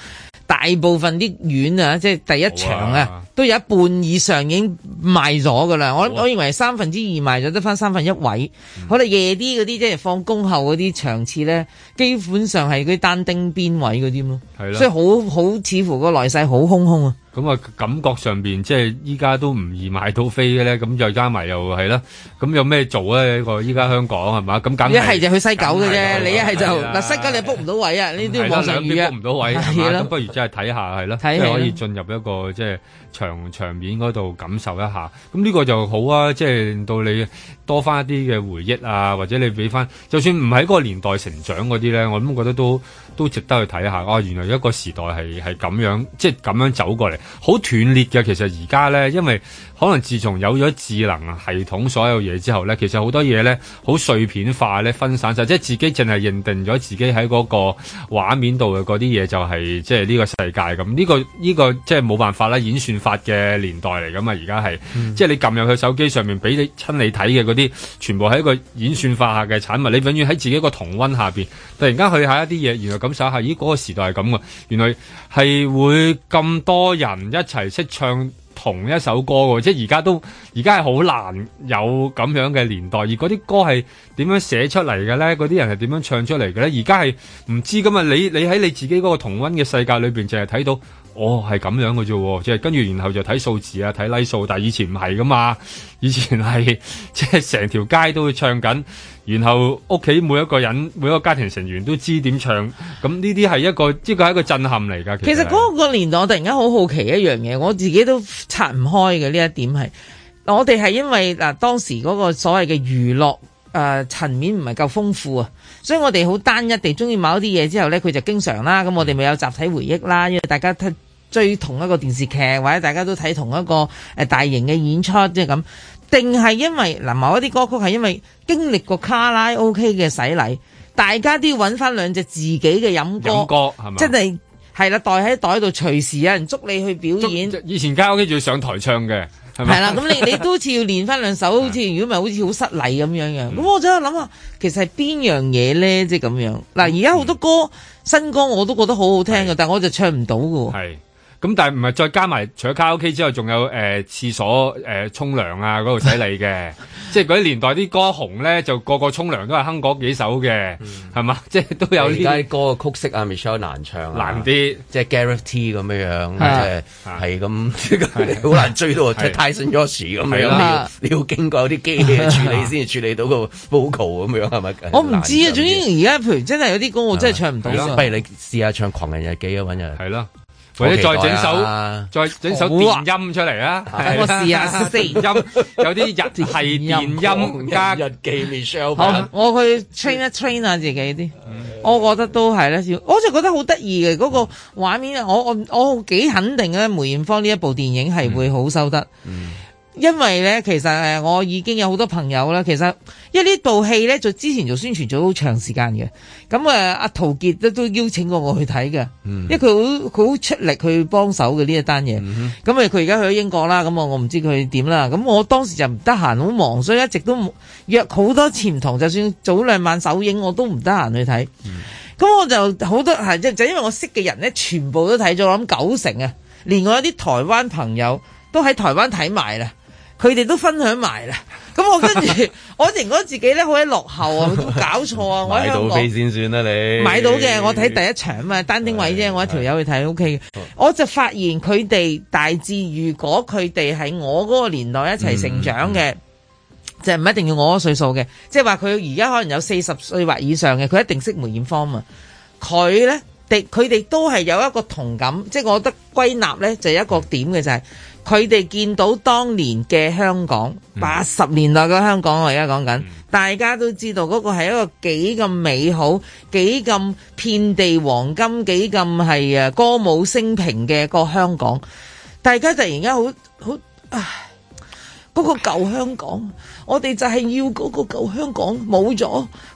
Speaker 4: 大部分啲院啊，即係第一場啊，都有一半以上已經賣咗噶啦。我諗
Speaker 6: 啊
Speaker 4: 我認為三分之二賣咗，得翻三分一位。
Speaker 6: 嗯
Speaker 4: 可能夜啲嗰啲即係放工後嗰啲場次咧，基本上係嗰啲單丁邊位嗰啲咯，
Speaker 6: 係啦
Speaker 4: 所以好好似乎個來勢好空空啊。
Speaker 6: 咁啊，感覺上邊即係依家都唔易買到飛嘅咧，咁再加埋又係啦，咁有咩做啊咧？呢個依家香港係嘛？咁梗
Speaker 4: 一係就去西九嘅
Speaker 6: 梗係
Speaker 4: 啫，
Speaker 6: 啦
Speaker 4: 你一係就
Speaker 6: 係啦
Speaker 4: 嗱西九你 book 唔到位啊，呢啲網
Speaker 6: 係啦
Speaker 4: 上預
Speaker 6: 兩
Speaker 4: 約
Speaker 6: 邊 book 唔到 位，係嘛
Speaker 4: 係
Speaker 6: 咁
Speaker 4: 啦。
Speaker 6: 不如真係睇下係啦，即
Speaker 4: 睇戲
Speaker 6: 係可以
Speaker 4: 啦
Speaker 6: 進入一個即係場場面嗰度感受一下。咁呢個就好啊，即係令到你多翻一啲嘅回憶啊，或者你俾翻，就算唔喺嗰個年代成長嗰啲咧，我諗覺得都都值得去睇下。啊，原來一個時代係係咁樣，即係咁樣走過嚟，好斷裂嘅。其實而家咧，因為可能自從有咗智能系統所有嘢之後咧，其實好多嘢咧好碎片化咧，分散晒，即係自己淨係認定咗自己喺嗰個畫面度嘅嗰啲嘢就係即係呢個世界咁。呢、個呢、個即係冇辦法啦，演算法嘅年代嚟噶嘛，而家係即係你撳入去手機上面俾你親你睇嘅嗰啲，全部係一個演算法下嘅產物。你永遠喺自己個同温下邊，突然間去下一啲嘢，原來感受一下，咦嗰、個時代係咁嘅，原來係會咁多人一齊識唱。同一首歌喎，即係而家都而家係好難有咁樣嘅年代，而嗰啲歌係點樣寫出嚟嘅咧？嗰啲人係點樣唱出嚟嘅咧？而家係唔知噶嘛？你你喺你自己嗰個同温嘅世界裏邊，淨係睇到哦係咁樣嘅啫喎，即係跟住然後就睇數字啊，睇 like 數，但係以前唔係噶嘛， 以前係 即係成條街都會唱緊。然後屋企每一個人每一個家庭成員都知點唱，咁呢啲係一個呢個係一個震撼嚟㗎。
Speaker 4: 其實
Speaker 6: 係
Speaker 4: 嗰個年代，我突然間好好奇一樣嘢，我自己都拆唔開嘅呢一點係，我哋係因為嗱當時嗰個所謂嘅娛樂。誒、層面唔係夠豐富啊，所以我哋好單一地中意某一啲嘢之後呢，佢就經常啦，咁我哋咪有集體回憶啦，因為大家睇追同一個電視劇，或者大家都睇同一個誒大型嘅演出，即係咁。定係因為嗱某一啲歌曲係因為經歷過卡拉 OK 嘅洗禮，大家都要揾翻兩隻自己嘅飲歌，
Speaker 6: 飲歌係嘛
Speaker 4: 真係。誒、係啦，袋喺袋度，隨時有人捉你去表演。
Speaker 6: 以前交機仲要上台唱嘅，係咪？
Speaker 4: 係啦，咁你你都好似要練翻兩首，好似如果唔係好似好失禮咁樣樣。咁我就喺度諗下，其實係邊樣嘢咧？即係咁樣。嗱，而家好多歌新歌我都覺得好好聽嘅，但我就唱唔到嘅喎。
Speaker 6: 係。咁但係唔係再加埋除咗卡拉 OK 之外，仲有誒、呃、廁所誒沖涼啊嗰度洗 禮嘅，即係嗰啲年代啲歌紅咧，就個個沖涼都係哼嗰幾首嘅，係嘛、 即係都有
Speaker 2: 嗯而
Speaker 6: 呢
Speaker 2: 家
Speaker 6: 啲。
Speaker 2: 啲歌曲式啊，Michelle 難唱啊，
Speaker 6: 難啲，
Speaker 2: 即係 Gareth T 咁樣樣，
Speaker 6: 係啊
Speaker 2: 即係係 咁，好難追到，即係
Speaker 6: 係
Speaker 2: Tyson Yoshi 咁樣，你
Speaker 6: 係
Speaker 2: 要
Speaker 6: 啦
Speaker 2: 你要經過有啲 機器嘅處理先至處理到個 vocal 咁樣，係咪？
Speaker 4: 我唔知啊，總之而家譬如真係有啲歌我真係唱唔到
Speaker 2: 係
Speaker 4: 嘅。
Speaker 2: 啦不如你試下唱《狂人日記》啊，揾日。
Speaker 6: 係啦，或者再整首再整首電音出嚟啊！
Speaker 2: 好啊我試下先
Speaker 6: 電音有啲日係電音加
Speaker 2: 日記 Michelle
Speaker 4: 好，我去 train 一 train 下自己啲，我覺得都係啦。要我就覺得好得意嘅嗰個畫面啊！我我我幾肯定啊咧，梅艷芳呢一部電影係會好收得。因為咧，其實誒，我已經有好多朋友啦。其實因為呢部戲咧，就之前做宣傳咗好長時間嘅。咁誒，阿陶傑都都邀請過我去睇嘅，
Speaker 16: 嗯
Speaker 4: 因為佢好佢好出力去幫手嘅呢一單嘢。咁誒，佢而家去咗英國啦，咁我我唔知佢點啦。咁我當時就唔得閒，好忙，所以一直都冇約好多潛堂，就算早兩晚首映我都唔得閒去睇。
Speaker 16: 嗯
Speaker 4: 咁我就好多係即就因為我識嘅人咧，全部都睇咗，我諗九成啊，連我有啲台灣朋友都喺台灣睇埋啦，佢哋都分享埋啦。咁我跟 住我突然覺得自己咧好喺落後啊，都搞錯啊！我喺
Speaker 16: 買
Speaker 4: 香
Speaker 16: 到
Speaker 4: 港
Speaker 16: 飛先算啦，你
Speaker 4: 買到嘅，我睇第一場啊嘛，單丁位啫，我一條友去睇 OK 嘅。我就發現佢哋大致，如果佢哋喺我嗰個年代一齊成長嘅。就唔一定要我嗰歲數嘅，即係話佢而家可能有四十歲或以上嘅，佢一定識梅艷芳嘛。佢呢，哋佢哋都係有一個同感，即係我覺得歸納呢，就有一個點嘅就係佢哋見到當年嘅香港，八十年代嘅香港，我而家講緊，大家都知道嗰個係一個幾咁美好、幾咁遍地黃金、幾咁係誒歌舞升平嘅個香港，大家突然間好好唉。嗰個舊香港，我哋就係要嗰個舊香港冇咗。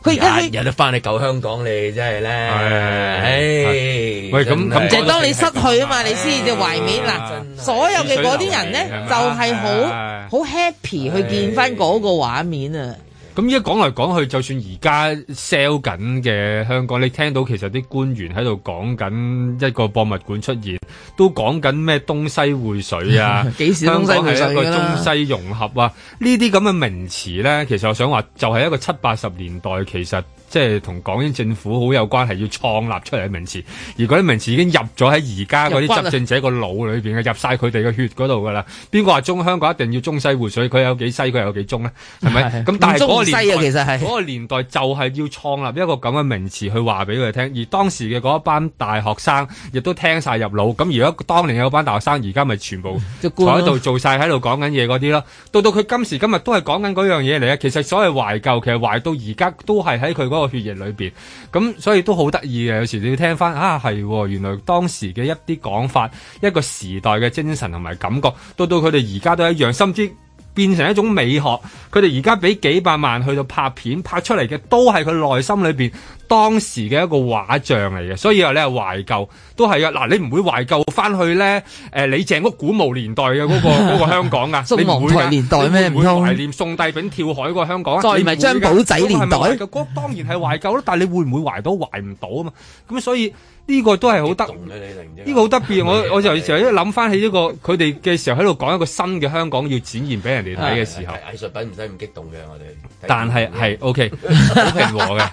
Speaker 4: 佢而家去
Speaker 2: 日日都翻去舊香港，你真係咧，唉，
Speaker 6: 喂咁咁
Speaker 2: 真係
Speaker 4: 就係當你失去啊嘛，你先至懷緬嗱。所有嘅嗰啲人咧，就係
Speaker 6: 係
Speaker 4: 好好 happy 去見翻嗰個畫面 啊！，
Speaker 6: 咁依家講嚟講去，就算而家 sell 緊嘅香港，你聽到其實啲官員喺度講緊一個博物館出現，都講緊咩東西匯水啊
Speaker 4: 幾時都
Speaker 6: 香
Speaker 4: 東西
Speaker 6: 港
Speaker 4: 匯水㗎啦
Speaker 6: 係一個中西融合啊，呢啲咁嘅名詞咧，其實我想話就係一個七八十年代其實。即係同港英政府好有關，係要創立出嚟嘅名詞，而嗰啲名詞已經入咗喺而家嗰啲
Speaker 16: 入骨啊
Speaker 6: 執政者個腦裏邊嘅，入晒佢哋嘅血嗰度㗎啦。邊個話中香港一定要中西匯水？佢有幾西，佢有幾中咧？係咪？咁但係嗰個年代
Speaker 4: 唔中唔西啊其實係
Speaker 6: 嗰個年代就係要創立一個咁嘅名詞去話俾佢哋聽，而當時嘅嗰一班大學生亦都聽晒入腦。咁而家當年有班大學生，而家咪全部
Speaker 4: 就
Speaker 6: 坐
Speaker 4: 官咯
Speaker 6: 喺度做晒喺度講緊嘢嗰啲咯。到到佢今時今日都係講緊嗰樣嘢嚟嘅。啊其實所謂懷舊，其實懷到而家都係喺佢嗰個血液裏邊。咁所以都好得意嘅。有時你要聽翻啊，係喎原來當時嘅一啲講法，一個時代嘅精神同埋感覺，到到佢哋而家都一樣，甚至。變成一種美學。佢哋而家俾幾百萬去到拍片，拍出嚟嘅都係佢內心裏邊當時嘅一個畫像嚟嘅。所以話你係懷舊，都係啊！嗱，你唔會懷舊翻去咧誒、李鄭屋古墓年代嘅嗰、個嗰個香港啊，
Speaker 4: 宋
Speaker 6: 你唔
Speaker 4: 王
Speaker 6: 會㗎
Speaker 4: 台年代咩
Speaker 6: 你唔會
Speaker 4: 唔通
Speaker 6: 懷念宋帝昺跳海嗰個香港啊？
Speaker 4: 再唔係
Speaker 6: 你會㗎
Speaker 4: 張保仔年代
Speaker 6: 嗰個係咪懷舊嗰個當然係懷舊啦，但係你會唔會懷到懷唔到啊嘛？咁所以呢個都係好得。呢個好特別，我我就成日一諗翻起呢個佢哋嘅時候喺度講一個新嘅香港要展現俾人哋睇嘅時候，
Speaker 2: 啊藝術品唔使咁激動嘅，我哋。
Speaker 6: 但係係 OK 好平和嘅，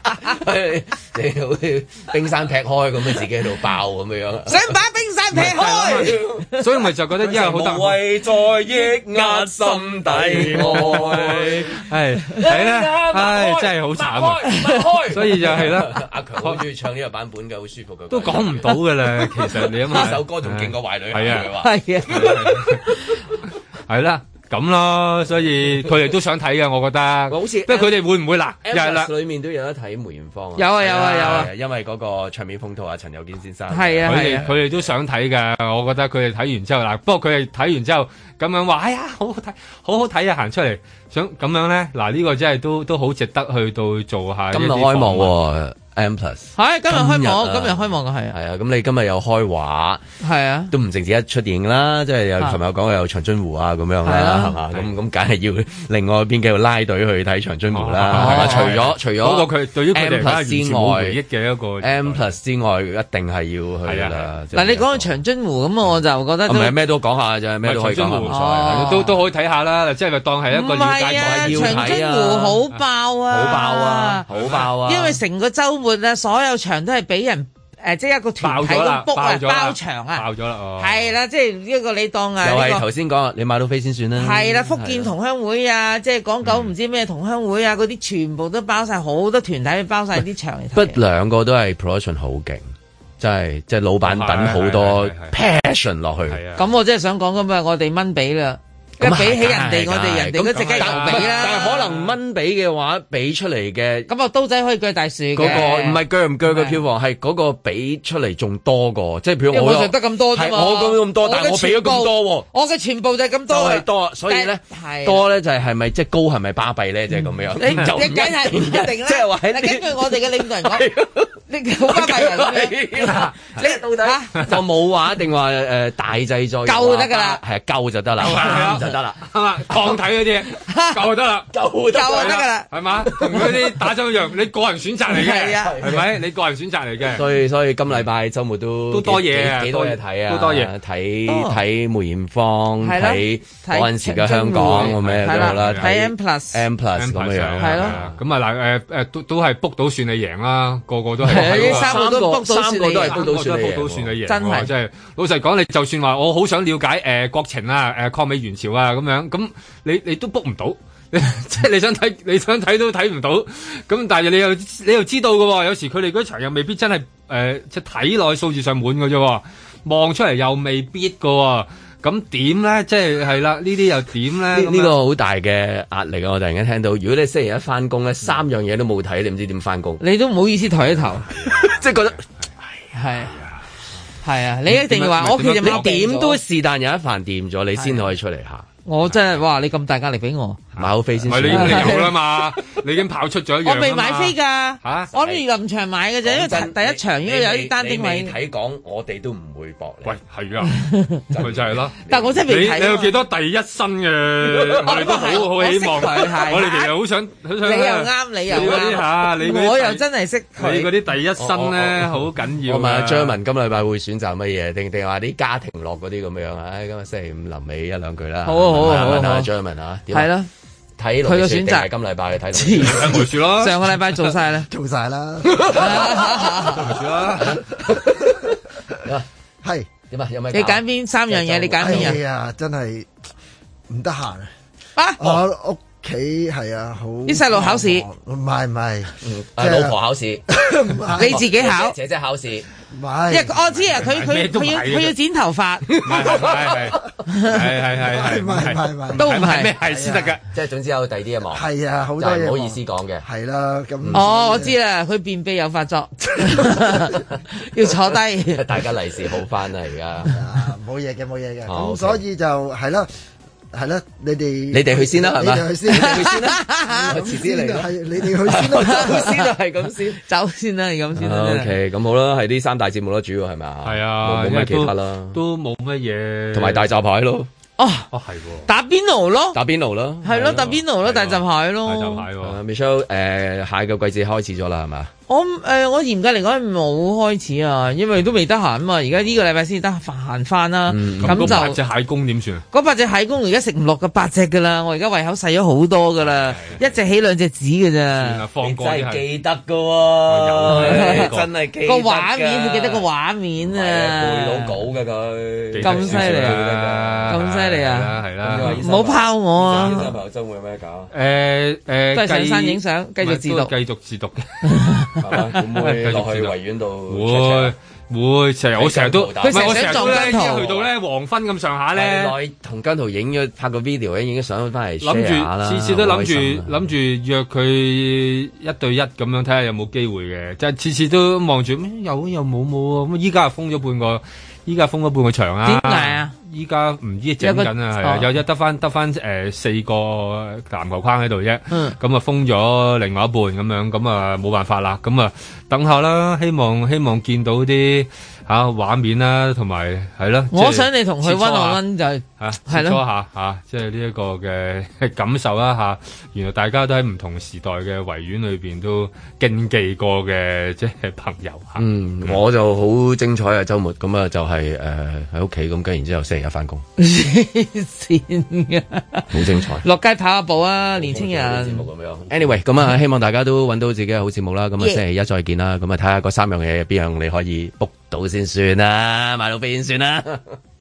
Speaker 2: 你好似冰山劈開咁樣，自己喺度爆咁樣樣。
Speaker 4: 想把冰山劈 開，
Speaker 6: 所以咪就覺得因為好得
Speaker 2: 無謂再抑壓心底愛。
Speaker 6: 係係咧，唉真係好慘啊！所以就係啦，
Speaker 2: 阿強好中意唱呢個版本嘅，好舒服嘅。
Speaker 6: 都講唔到 嘅啦。其實你諗下，
Speaker 2: 呢首歌仲勁過壞女孩
Speaker 6: 係
Speaker 2: 佢
Speaker 6: 啊
Speaker 2: 話，
Speaker 4: 係
Speaker 6: 係啦，咁咯，所以佢哋都想睇嘅，我覺得。
Speaker 2: 好似
Speaker 6: 不過佢哋會唔會嗱，又係啦
Speaker 2: Elvis 裏面都有得睇梅艷芳啊。
Speaker 6: 有啊有啊有啊
Speaker 2: 係因為嗰個唱片風套啊，陳友堅先生。
Speaker 6: 佢哋佢哋都想睇㗎，我覺得佢哋睇完之後嗱，不過佢哋睇完之後咁樣話，哎呀，好好睇，好好睇啊，行出嚟，想咁樣咧，嗱呢個真係都都好值得去到做下
Speaker 2: 今日
Speaker 6: 一啲啊
Speaker 2: 開幕
Speaker 6: 訪問
Speaker 2: 喎， M Plus。
Speaker 4: 係今日開幕
Speaker 2: 啊
Speaker 4: 今日開幕嘅係啊
Speaker 2: 係啊，咁你今日又開畫，
Speaker 4: 係啊，
Speaker 2: 都唔淨止一出電影啦，即係又
Speaker 4: 啊
Speaker 2: 琴日有講有長津湖啊咁樣
Speaker 4: 係
Speaker 2: 啦
Speaker 4: 啊，
Speaker 2: 係嘛？咁咁梗係要另外一邊繼續拉隊去睇長津湖啦，係嘛？除咗除
Speaker 6: 嗰
Speaker 2: 咗
Speaker 6: 個佢對於佢
Speaker 2: M
Speaker 6: 哋嚟講係
Speaker 2: Plus
Speaker 6: 完全
Speaker 2: 之
Speaker 6: 冇
Speaker 2: 外
Speaker 6: 回憶嘅一個
Speaker 2: M Plus 之外，一定係要去㗎啦。即係哦
Speaker 4: 嗱，你講到長津湖咁，我就覺得
Speaker 2: 唔
Speaker 4: 都
Speaker 2: 係咩都講下啫，咩都可以講下，
Speaker 6: 唔係長津湖
Speaker 2: 冇所
Speaker 4: 哦
Speaker 2: 謂。
Speaker 6: 都都可以睇下啦，即係當係一個
Speaker 4: 唔
Speaker 6: 了解
Speaker 4: 係啊，
Speaker 6: 過
Speaker 4: 長津湖好爆啊，
Speaker 6: 好爆啊好爆啊
Speaker 4: 因為成個週末啊，所有場都係俾人誒，即係一個團體
Speaker 2: 爆咗
Speaker 4: 都
Speaker 2: 啦
Speaker 4: book 啊，
Speaker 2: 爆咗啦
Speaker 4: 包場啊，
Speaker 2: 爆咗啦哦
Speaker 4: 係啦，即係呢個你當啊，
Speaker 2: 又
Speaker 4: 呢個
Speaker 2: 係頭先講，你買到飛先算啦。
Speaker 4: 係啦，福建同鄉會啊，即係港九唔知咩同鄉會啊，嗰啲全部都包晒，好多團體包晒啲場嚟
Speaker 2: 不
Speaker 4: 睇。
Speaker 2: 兩個都係 production 好勁，真係即係老闆等好多 passion 落去。
Speaker 4: 咁我真係啊想講咁啊，我哋蚊比啦，一
Speaker 2: 咁係
Speaker 4: 比起人哋，
Speaker 2: 梗係
Speaker 4: 我哋人哋嗰只
Speaker 2: 梗係
Speaker 4: 雞油比啦。
Speaker 2: 但係可能蚊比嘅話，比出嚟嘅
Speaker 4: 咁啊，刀仔可以鋸大樹嘅。
Speaker 2: 嗰個唔係鋸唔鋸嘅票房，係嗰個比出嚟仲多過，即係譬
Speaker 4: 因為
Speaker 2: 如
Speaker 4: 我
Speaker 2: 我
Speaker 4: 就得咁多啫
Speaker 2: 係
Speaker 4: 嘛。
Speaker 2: 我咁咁多，但係我
Speaker 4: 嘅
Speaker 2: 俾咗咁多喎。
Speaker 4: 全部我嘅全部就係咁多。
Speaker 2: 就係多，所以咧
Speaker 4: 但係
Speaker 2: 多咧就係係咪即係高係咪巴閉咧？就係咁
Speaker 4: 你你
Speaker 2: 樣，就唔一
Speaker 4: 梗係唔一定啦，
Speaker 2: 即係話喺呢
Speaker 4: 根據我哋嘅領導人 講，你好巴閉人咁樣，你到底
Speaker 2: 就冇話一定話誒大製作
Speaker 4: 夠得㗎啦
Speaker 2: 係啊夠就得啦，啱就得啦。
Speaker 6: 係嘛？抗體嗰啲夠就得啦，
Speaker 2: 夠
Speaker 4: 就得㗎啦，
Speaker 6: 係嘛？同嗰啲打針一樣，你個人選擇嚟嘅，
Speaker 2: 係啊
Speaker 6: 係咪？你個人選擇嚟嘅，
Speaker 2: 所以所以今禮拜週末都
Speaker 6: 嗯都多嘢啊
Speaker 2: 幾幾多嘢睇啊，
Speaker 6: 都多嘢
Speaker 2: 睇
Speaker 4: 哦
Speaker 2: 睇梅艷芳，
Speaker 4: 係啦
Speaker 2: 睇
Speaker 4: 睇
Speaker 2: 嗰陣時嘅香港咁樣
Speaker 4: 係
Speaker 2: 都好啦，
Speaker 4: 睇 M plus
Speaker 2: M plus 咁樣樣
Speaker 4: 係咯
Speaker 6: 咁啊嗱誒誒，都都係 book 到算你贏啦，個個都係
Speaker 4: 係啊
Speaker 6: 係喎
Speaker 4: 三個都 book 到算
Speaker 2: 三
Speaker 4: 你
Speaker 2: 個都係
Speaker 4: 贏
Speaker 2: book 到算你贏
Speaker 6: 三個哦都 book 到算你贏喎，
Speaker 4: 真係
Speaker 6: 真係老實講，你就算話我好想了解誒國情啊、誒抗美援朝啊咁樣，咁你你都 book 唔到。 即係你想睇，你想睇都睇唔到。咁但係你又你又知道嘅喎，有時佢哋嗰場又未必真係誒、呃即係睇落去數字上滿嘅啫喎，望出嚟又未必嘅喎。咁點咧？即係係啦，呢啲又點咧？
Speaker 2: 呢
Speaker 6: 咁樣
Speaker 2: 呢個好大嘅壓力啊！我突然間聽到，如果你星期一翻
Speaker 6: 嗯
Speaker 2: 工咧，三樣嘢都冇睇，你唔知點翻工。
Speaker 4: 你都唔好意思抬起頭，
Speaker 2: 即係覺得
Speaker 4: 係係啊，你一定要話我屋企就
Speaker 2: 你
Speaker 4: 貓病咗
Speaker 2: 點都是但有一飯掂咗，你先可以出嚟行。
Speaker 4: 我真係哇！你咁大壓力俾我，
Speaker 2: 買好飛先
Speaker 6: 唔
Speaker 2: 算。
Speaker 6: 係你已經有啦嘛，你已經跑出 咗一樣
Speaker 4: 我
Speaker 6: 啦嘛啊
Speaker 4: 未買飛㗎
Speaker 6: 嚇，
Speaker 4: 我諗要臨場買嘅啫，因為
Speaker 2: 講真
Speaker 4: 第一場應該有啲單丁
Speaker 2: 你
Speaker 4: 位
Speaker 2: 未。睇講，我哋都唔會搏你。
Speaker 6: 喂，係啊，咪就係咯。
Speaker 4: 但我真係未睇
Speaker 6: 你
Speaker 4: 啊
Speaker 6: 你有幾多第一身嘅？我哋都好好希
Speaker 4: 我
Speaker 6: 望，
Speaker 4: 識佢係
Speaker 6: 我哋其實好想，好
Speaker 4: 你
Speaker 6: 想
Speaker 4: 又啱，你又
Speaker 6: 嗰啲嚇，你嗰
Speaker 4: 啱，
Speaker 6: 啲
Speaker 4: 我又
Speaker 6: 第
Speaker 4: 真係識
Speaker 6: 你嗰
Speaker 4: 佢。
Speaker 6: 啲第一身咧，
Speaker 2: 我
Speaker 6: 好緊要
Speaker 2: 我問
Speaker 6: 㗎。啊
Speaker 2: 阿張文今禮拜會選擇乜嘢？定定話啲家庭樂嗰啲咁樣啊？唉，今日星期五臨尾一兩句啦。
Speaker 4: 好啊好啊好啊
Speaker 2: 問
Speaker 4: 好
Speaker 2: 下
Speaker 4: 啊
Speaker 2: 張文啊，點啊
Speaker 4: 係咯，
Speaker 2: 睇
Speaker 4: 佢
Speaker 2: 落
Speaker 4: 嘅
Speaker 2: 雪
Speaker 4: 選
Speaker 2: 定
Speaker 4: 擇
Speaker 2: 係今禮拜去睇
Speaker 4: 黐
Speaker 2: 落雪。
Speaker 4: 線
Speaker 6: 梅雪咯
Speaker 4: 上個禮拜做晒啦，
Speaker 16: 做 晒啦，係
Speaker 2: 點啊？有咩搞？
Speaker 4: 你揀邊三樣嘢？你揀邊
Speaker 16: 哎
Speaker 4: 樣？
Speaker 16: 呀，真係唔得閒啊！
Speaker 4: 啊，
Speaker 16: 我屋企係啊，好
Speaker 4: 啲細路考試
Speaker 16: 唔係唔係，
Speaker 2: 啊老婆考試，
Speaker 4: 你自己考
Speaker 2: 姐姐考試。
Speaker 16: 唔係，
Speaker 4: 因為我知啊，佢
Speaker 2: 咩
Speaker 4: 佢
Speaker 2: 都
Speaker 4: 佢要
Speaker 2: 買嘅
Speaker 4: 佢要剪頭髮，
Speaker 6: 係係係係係
Speaker 16: 唔係唔係唔係
Speaker 4: 都唔係
Speaker 6: 咩係先得㗎？
Speaker 2: 即係總之有第二啲嘢忙。
Speaker 16: 係啊好多嘢
Speaker 2: 就係唔好
Speaker 16: 忙
Speaker 2: 意思講嘅。
Speaker 16: 係啦，咁
Speaker 4: 哦，我知啦，佢便秘有發 作， 要坐低。
Speaker 2: 大家利是好啊翻啦，而家。
Speaker 16: 冇嘢嘅冇嘢嘅，
Speaker 2: 哦，OK
Speaker 16: 咁所以就係啦。係啦，你哋
Speaker 2: 你哋去先啦係嘛
Speaker 16: 你哋去先，
Speaker 2: 你哋去先啦
Speaker 16: 我
Speaker 2: 遲啲嚟啦
Speaker 16: 係你哋去先啦，
Speaker 4: 走
Speaker 2: 先啦，係咁先，
Speaker 4: 走先啦，係咁先啦。真係
Speaker 2: 啊 OK，咁好啦，係呢三大節目啦，主要係咪啊？係
Speaker 6: 啊
Speaker 2: 冇
Speaker 6: 因
Speaker 2: 咩
Speaker 6: 為
Speaker 2: 其他啦，
Speaker 6: 都冇乜嘢，
Speaker 2: 同埋大閘蟹咯，
Speaker 4: 哦，
Speaker 6: 哦係喎，
Speaker 4: 打邊爐咯，
Speaker 2: 打邊爐啦。
Speaker 4: 係咯，打邊爐咯，大閘蟹咯。
Speaker 6: 係
Speaker 2: 啊 Michelle，誒下個季節開始咗啦，係啊嘛？
Speaker 4: 我誒、呃我嚴格嚟講冇開始啊，因為都未得閒啊嘛。而家呢個禮拜先得閒翻啦，咁、
Speaker 6: 咁八隻
Speaker 4: 就
Speaker 6: 蟹公點算啊？
Speaker 4: 嗰八隻蟹公而家食唔落嘅八隻噶啦，我而家胃口細咗好多噶啦，一隻起兩隻止嘅咋。
Speaker 6: 嗯放過啲係啊
Speaker 2: 記得㗎喎真係記
Speaker 4: 個畫面，佢記得個畫面啊，
Speaker 2: 背到稿嘅佢，
Speaker 4: 咁犀利
Speaker 6: 啊
Speaker 4: 咁犀利啊！
Speaker 6: 係啦係啦
Speaker 4: 唔好拋我啊！
Speaker 2: 醫生朋友真會有咩搞？
Speaker 6: 誒誒，
Speaker 4: 都係上山
Speaker 6: 繼
Speaker 4: 影相繼續自
Speaker 6: 唔係
Speaker 4: 讀
Speaker 6: 都係繼續自讀嘅，
Speaker 2: 係嘛會唔會落去維園度 check check
Speaker 6: 會
Speaker 2: 啊？
Speaker 6: 會成日我成日都，唔
Speaker 2: 佢成
Speaker 6: 係
Speaker 2: 日
Speaker 6: 我成日
Speaker 2: 想
Speaker 6: 都
Speaker 2: 撞
Speaker 6: 咧，一
Speaker 2: 張圖
Speaker 6: 去到咧黃昏咁上下咧。
Speaker 2: 內同跟圖影咗拍個 video，影咗相翻嚟
Speaker 6: 諗
Speaker 2: share 下啦，
Speaker 6: 住次次都諗
Speaker 2: 好開心
Speaker 6: 住
Speaker 2: 啊
Speaker 6: 諗住約佢一對一咁樣睇下有冇機會嘅，即係次次都望住咩有有冇冇啊咁，依家又封咗半個依家封咗半個場啊！
Speaker 4: 點解啊？
Speaker 6: 依家唔知整緊啊，係啊，
Speaker 4: 有個
Speaker 6: 有一得翻得翻誒四個籃球框喺度啫，
Speaker 4: 嗯
Speaker 6: 咁啊封咗另外一半咁樣，咁啊冇辦法啦，咁啊等下啦，希望希望見到啲嚇畫面啦，同埋係咯，
Speaker 4: 我
Speaker 6: 即係
Speaker 4: 想你同佢
Speaker 6: 切磋
Speaker 4: 温
Speaker 6: 下
Speaker 4: 下温就
Speaker 6: 嚇，
Speaker 4: 係咯
Speaker 6: 切磋下嚇，即係呢一個嘅感受一下，原來大家都喺唔同時代嘅維園裏邊都競技過嘅，即係朋友嚇。
Speaker 2: 嗯，我就好精彩啊！週末咁啊，就係誒喺屋企咁，跟然之後星期一翻工，
Speaker 4: 線嘅，
Speaker 2: 好精彩。
Speaker 4: 落街跑下步啊，年青人。
Speaker 2: anyway，咁啊，希望大家都揾到自己嘅好節目啦。咁啊，
Speaker 4: Yeah
Speaker 2: 星期一再見啦。咁啊，睇下嗰三樣嘢邊樣你可以 book 到先算啦，買到飛先算啦。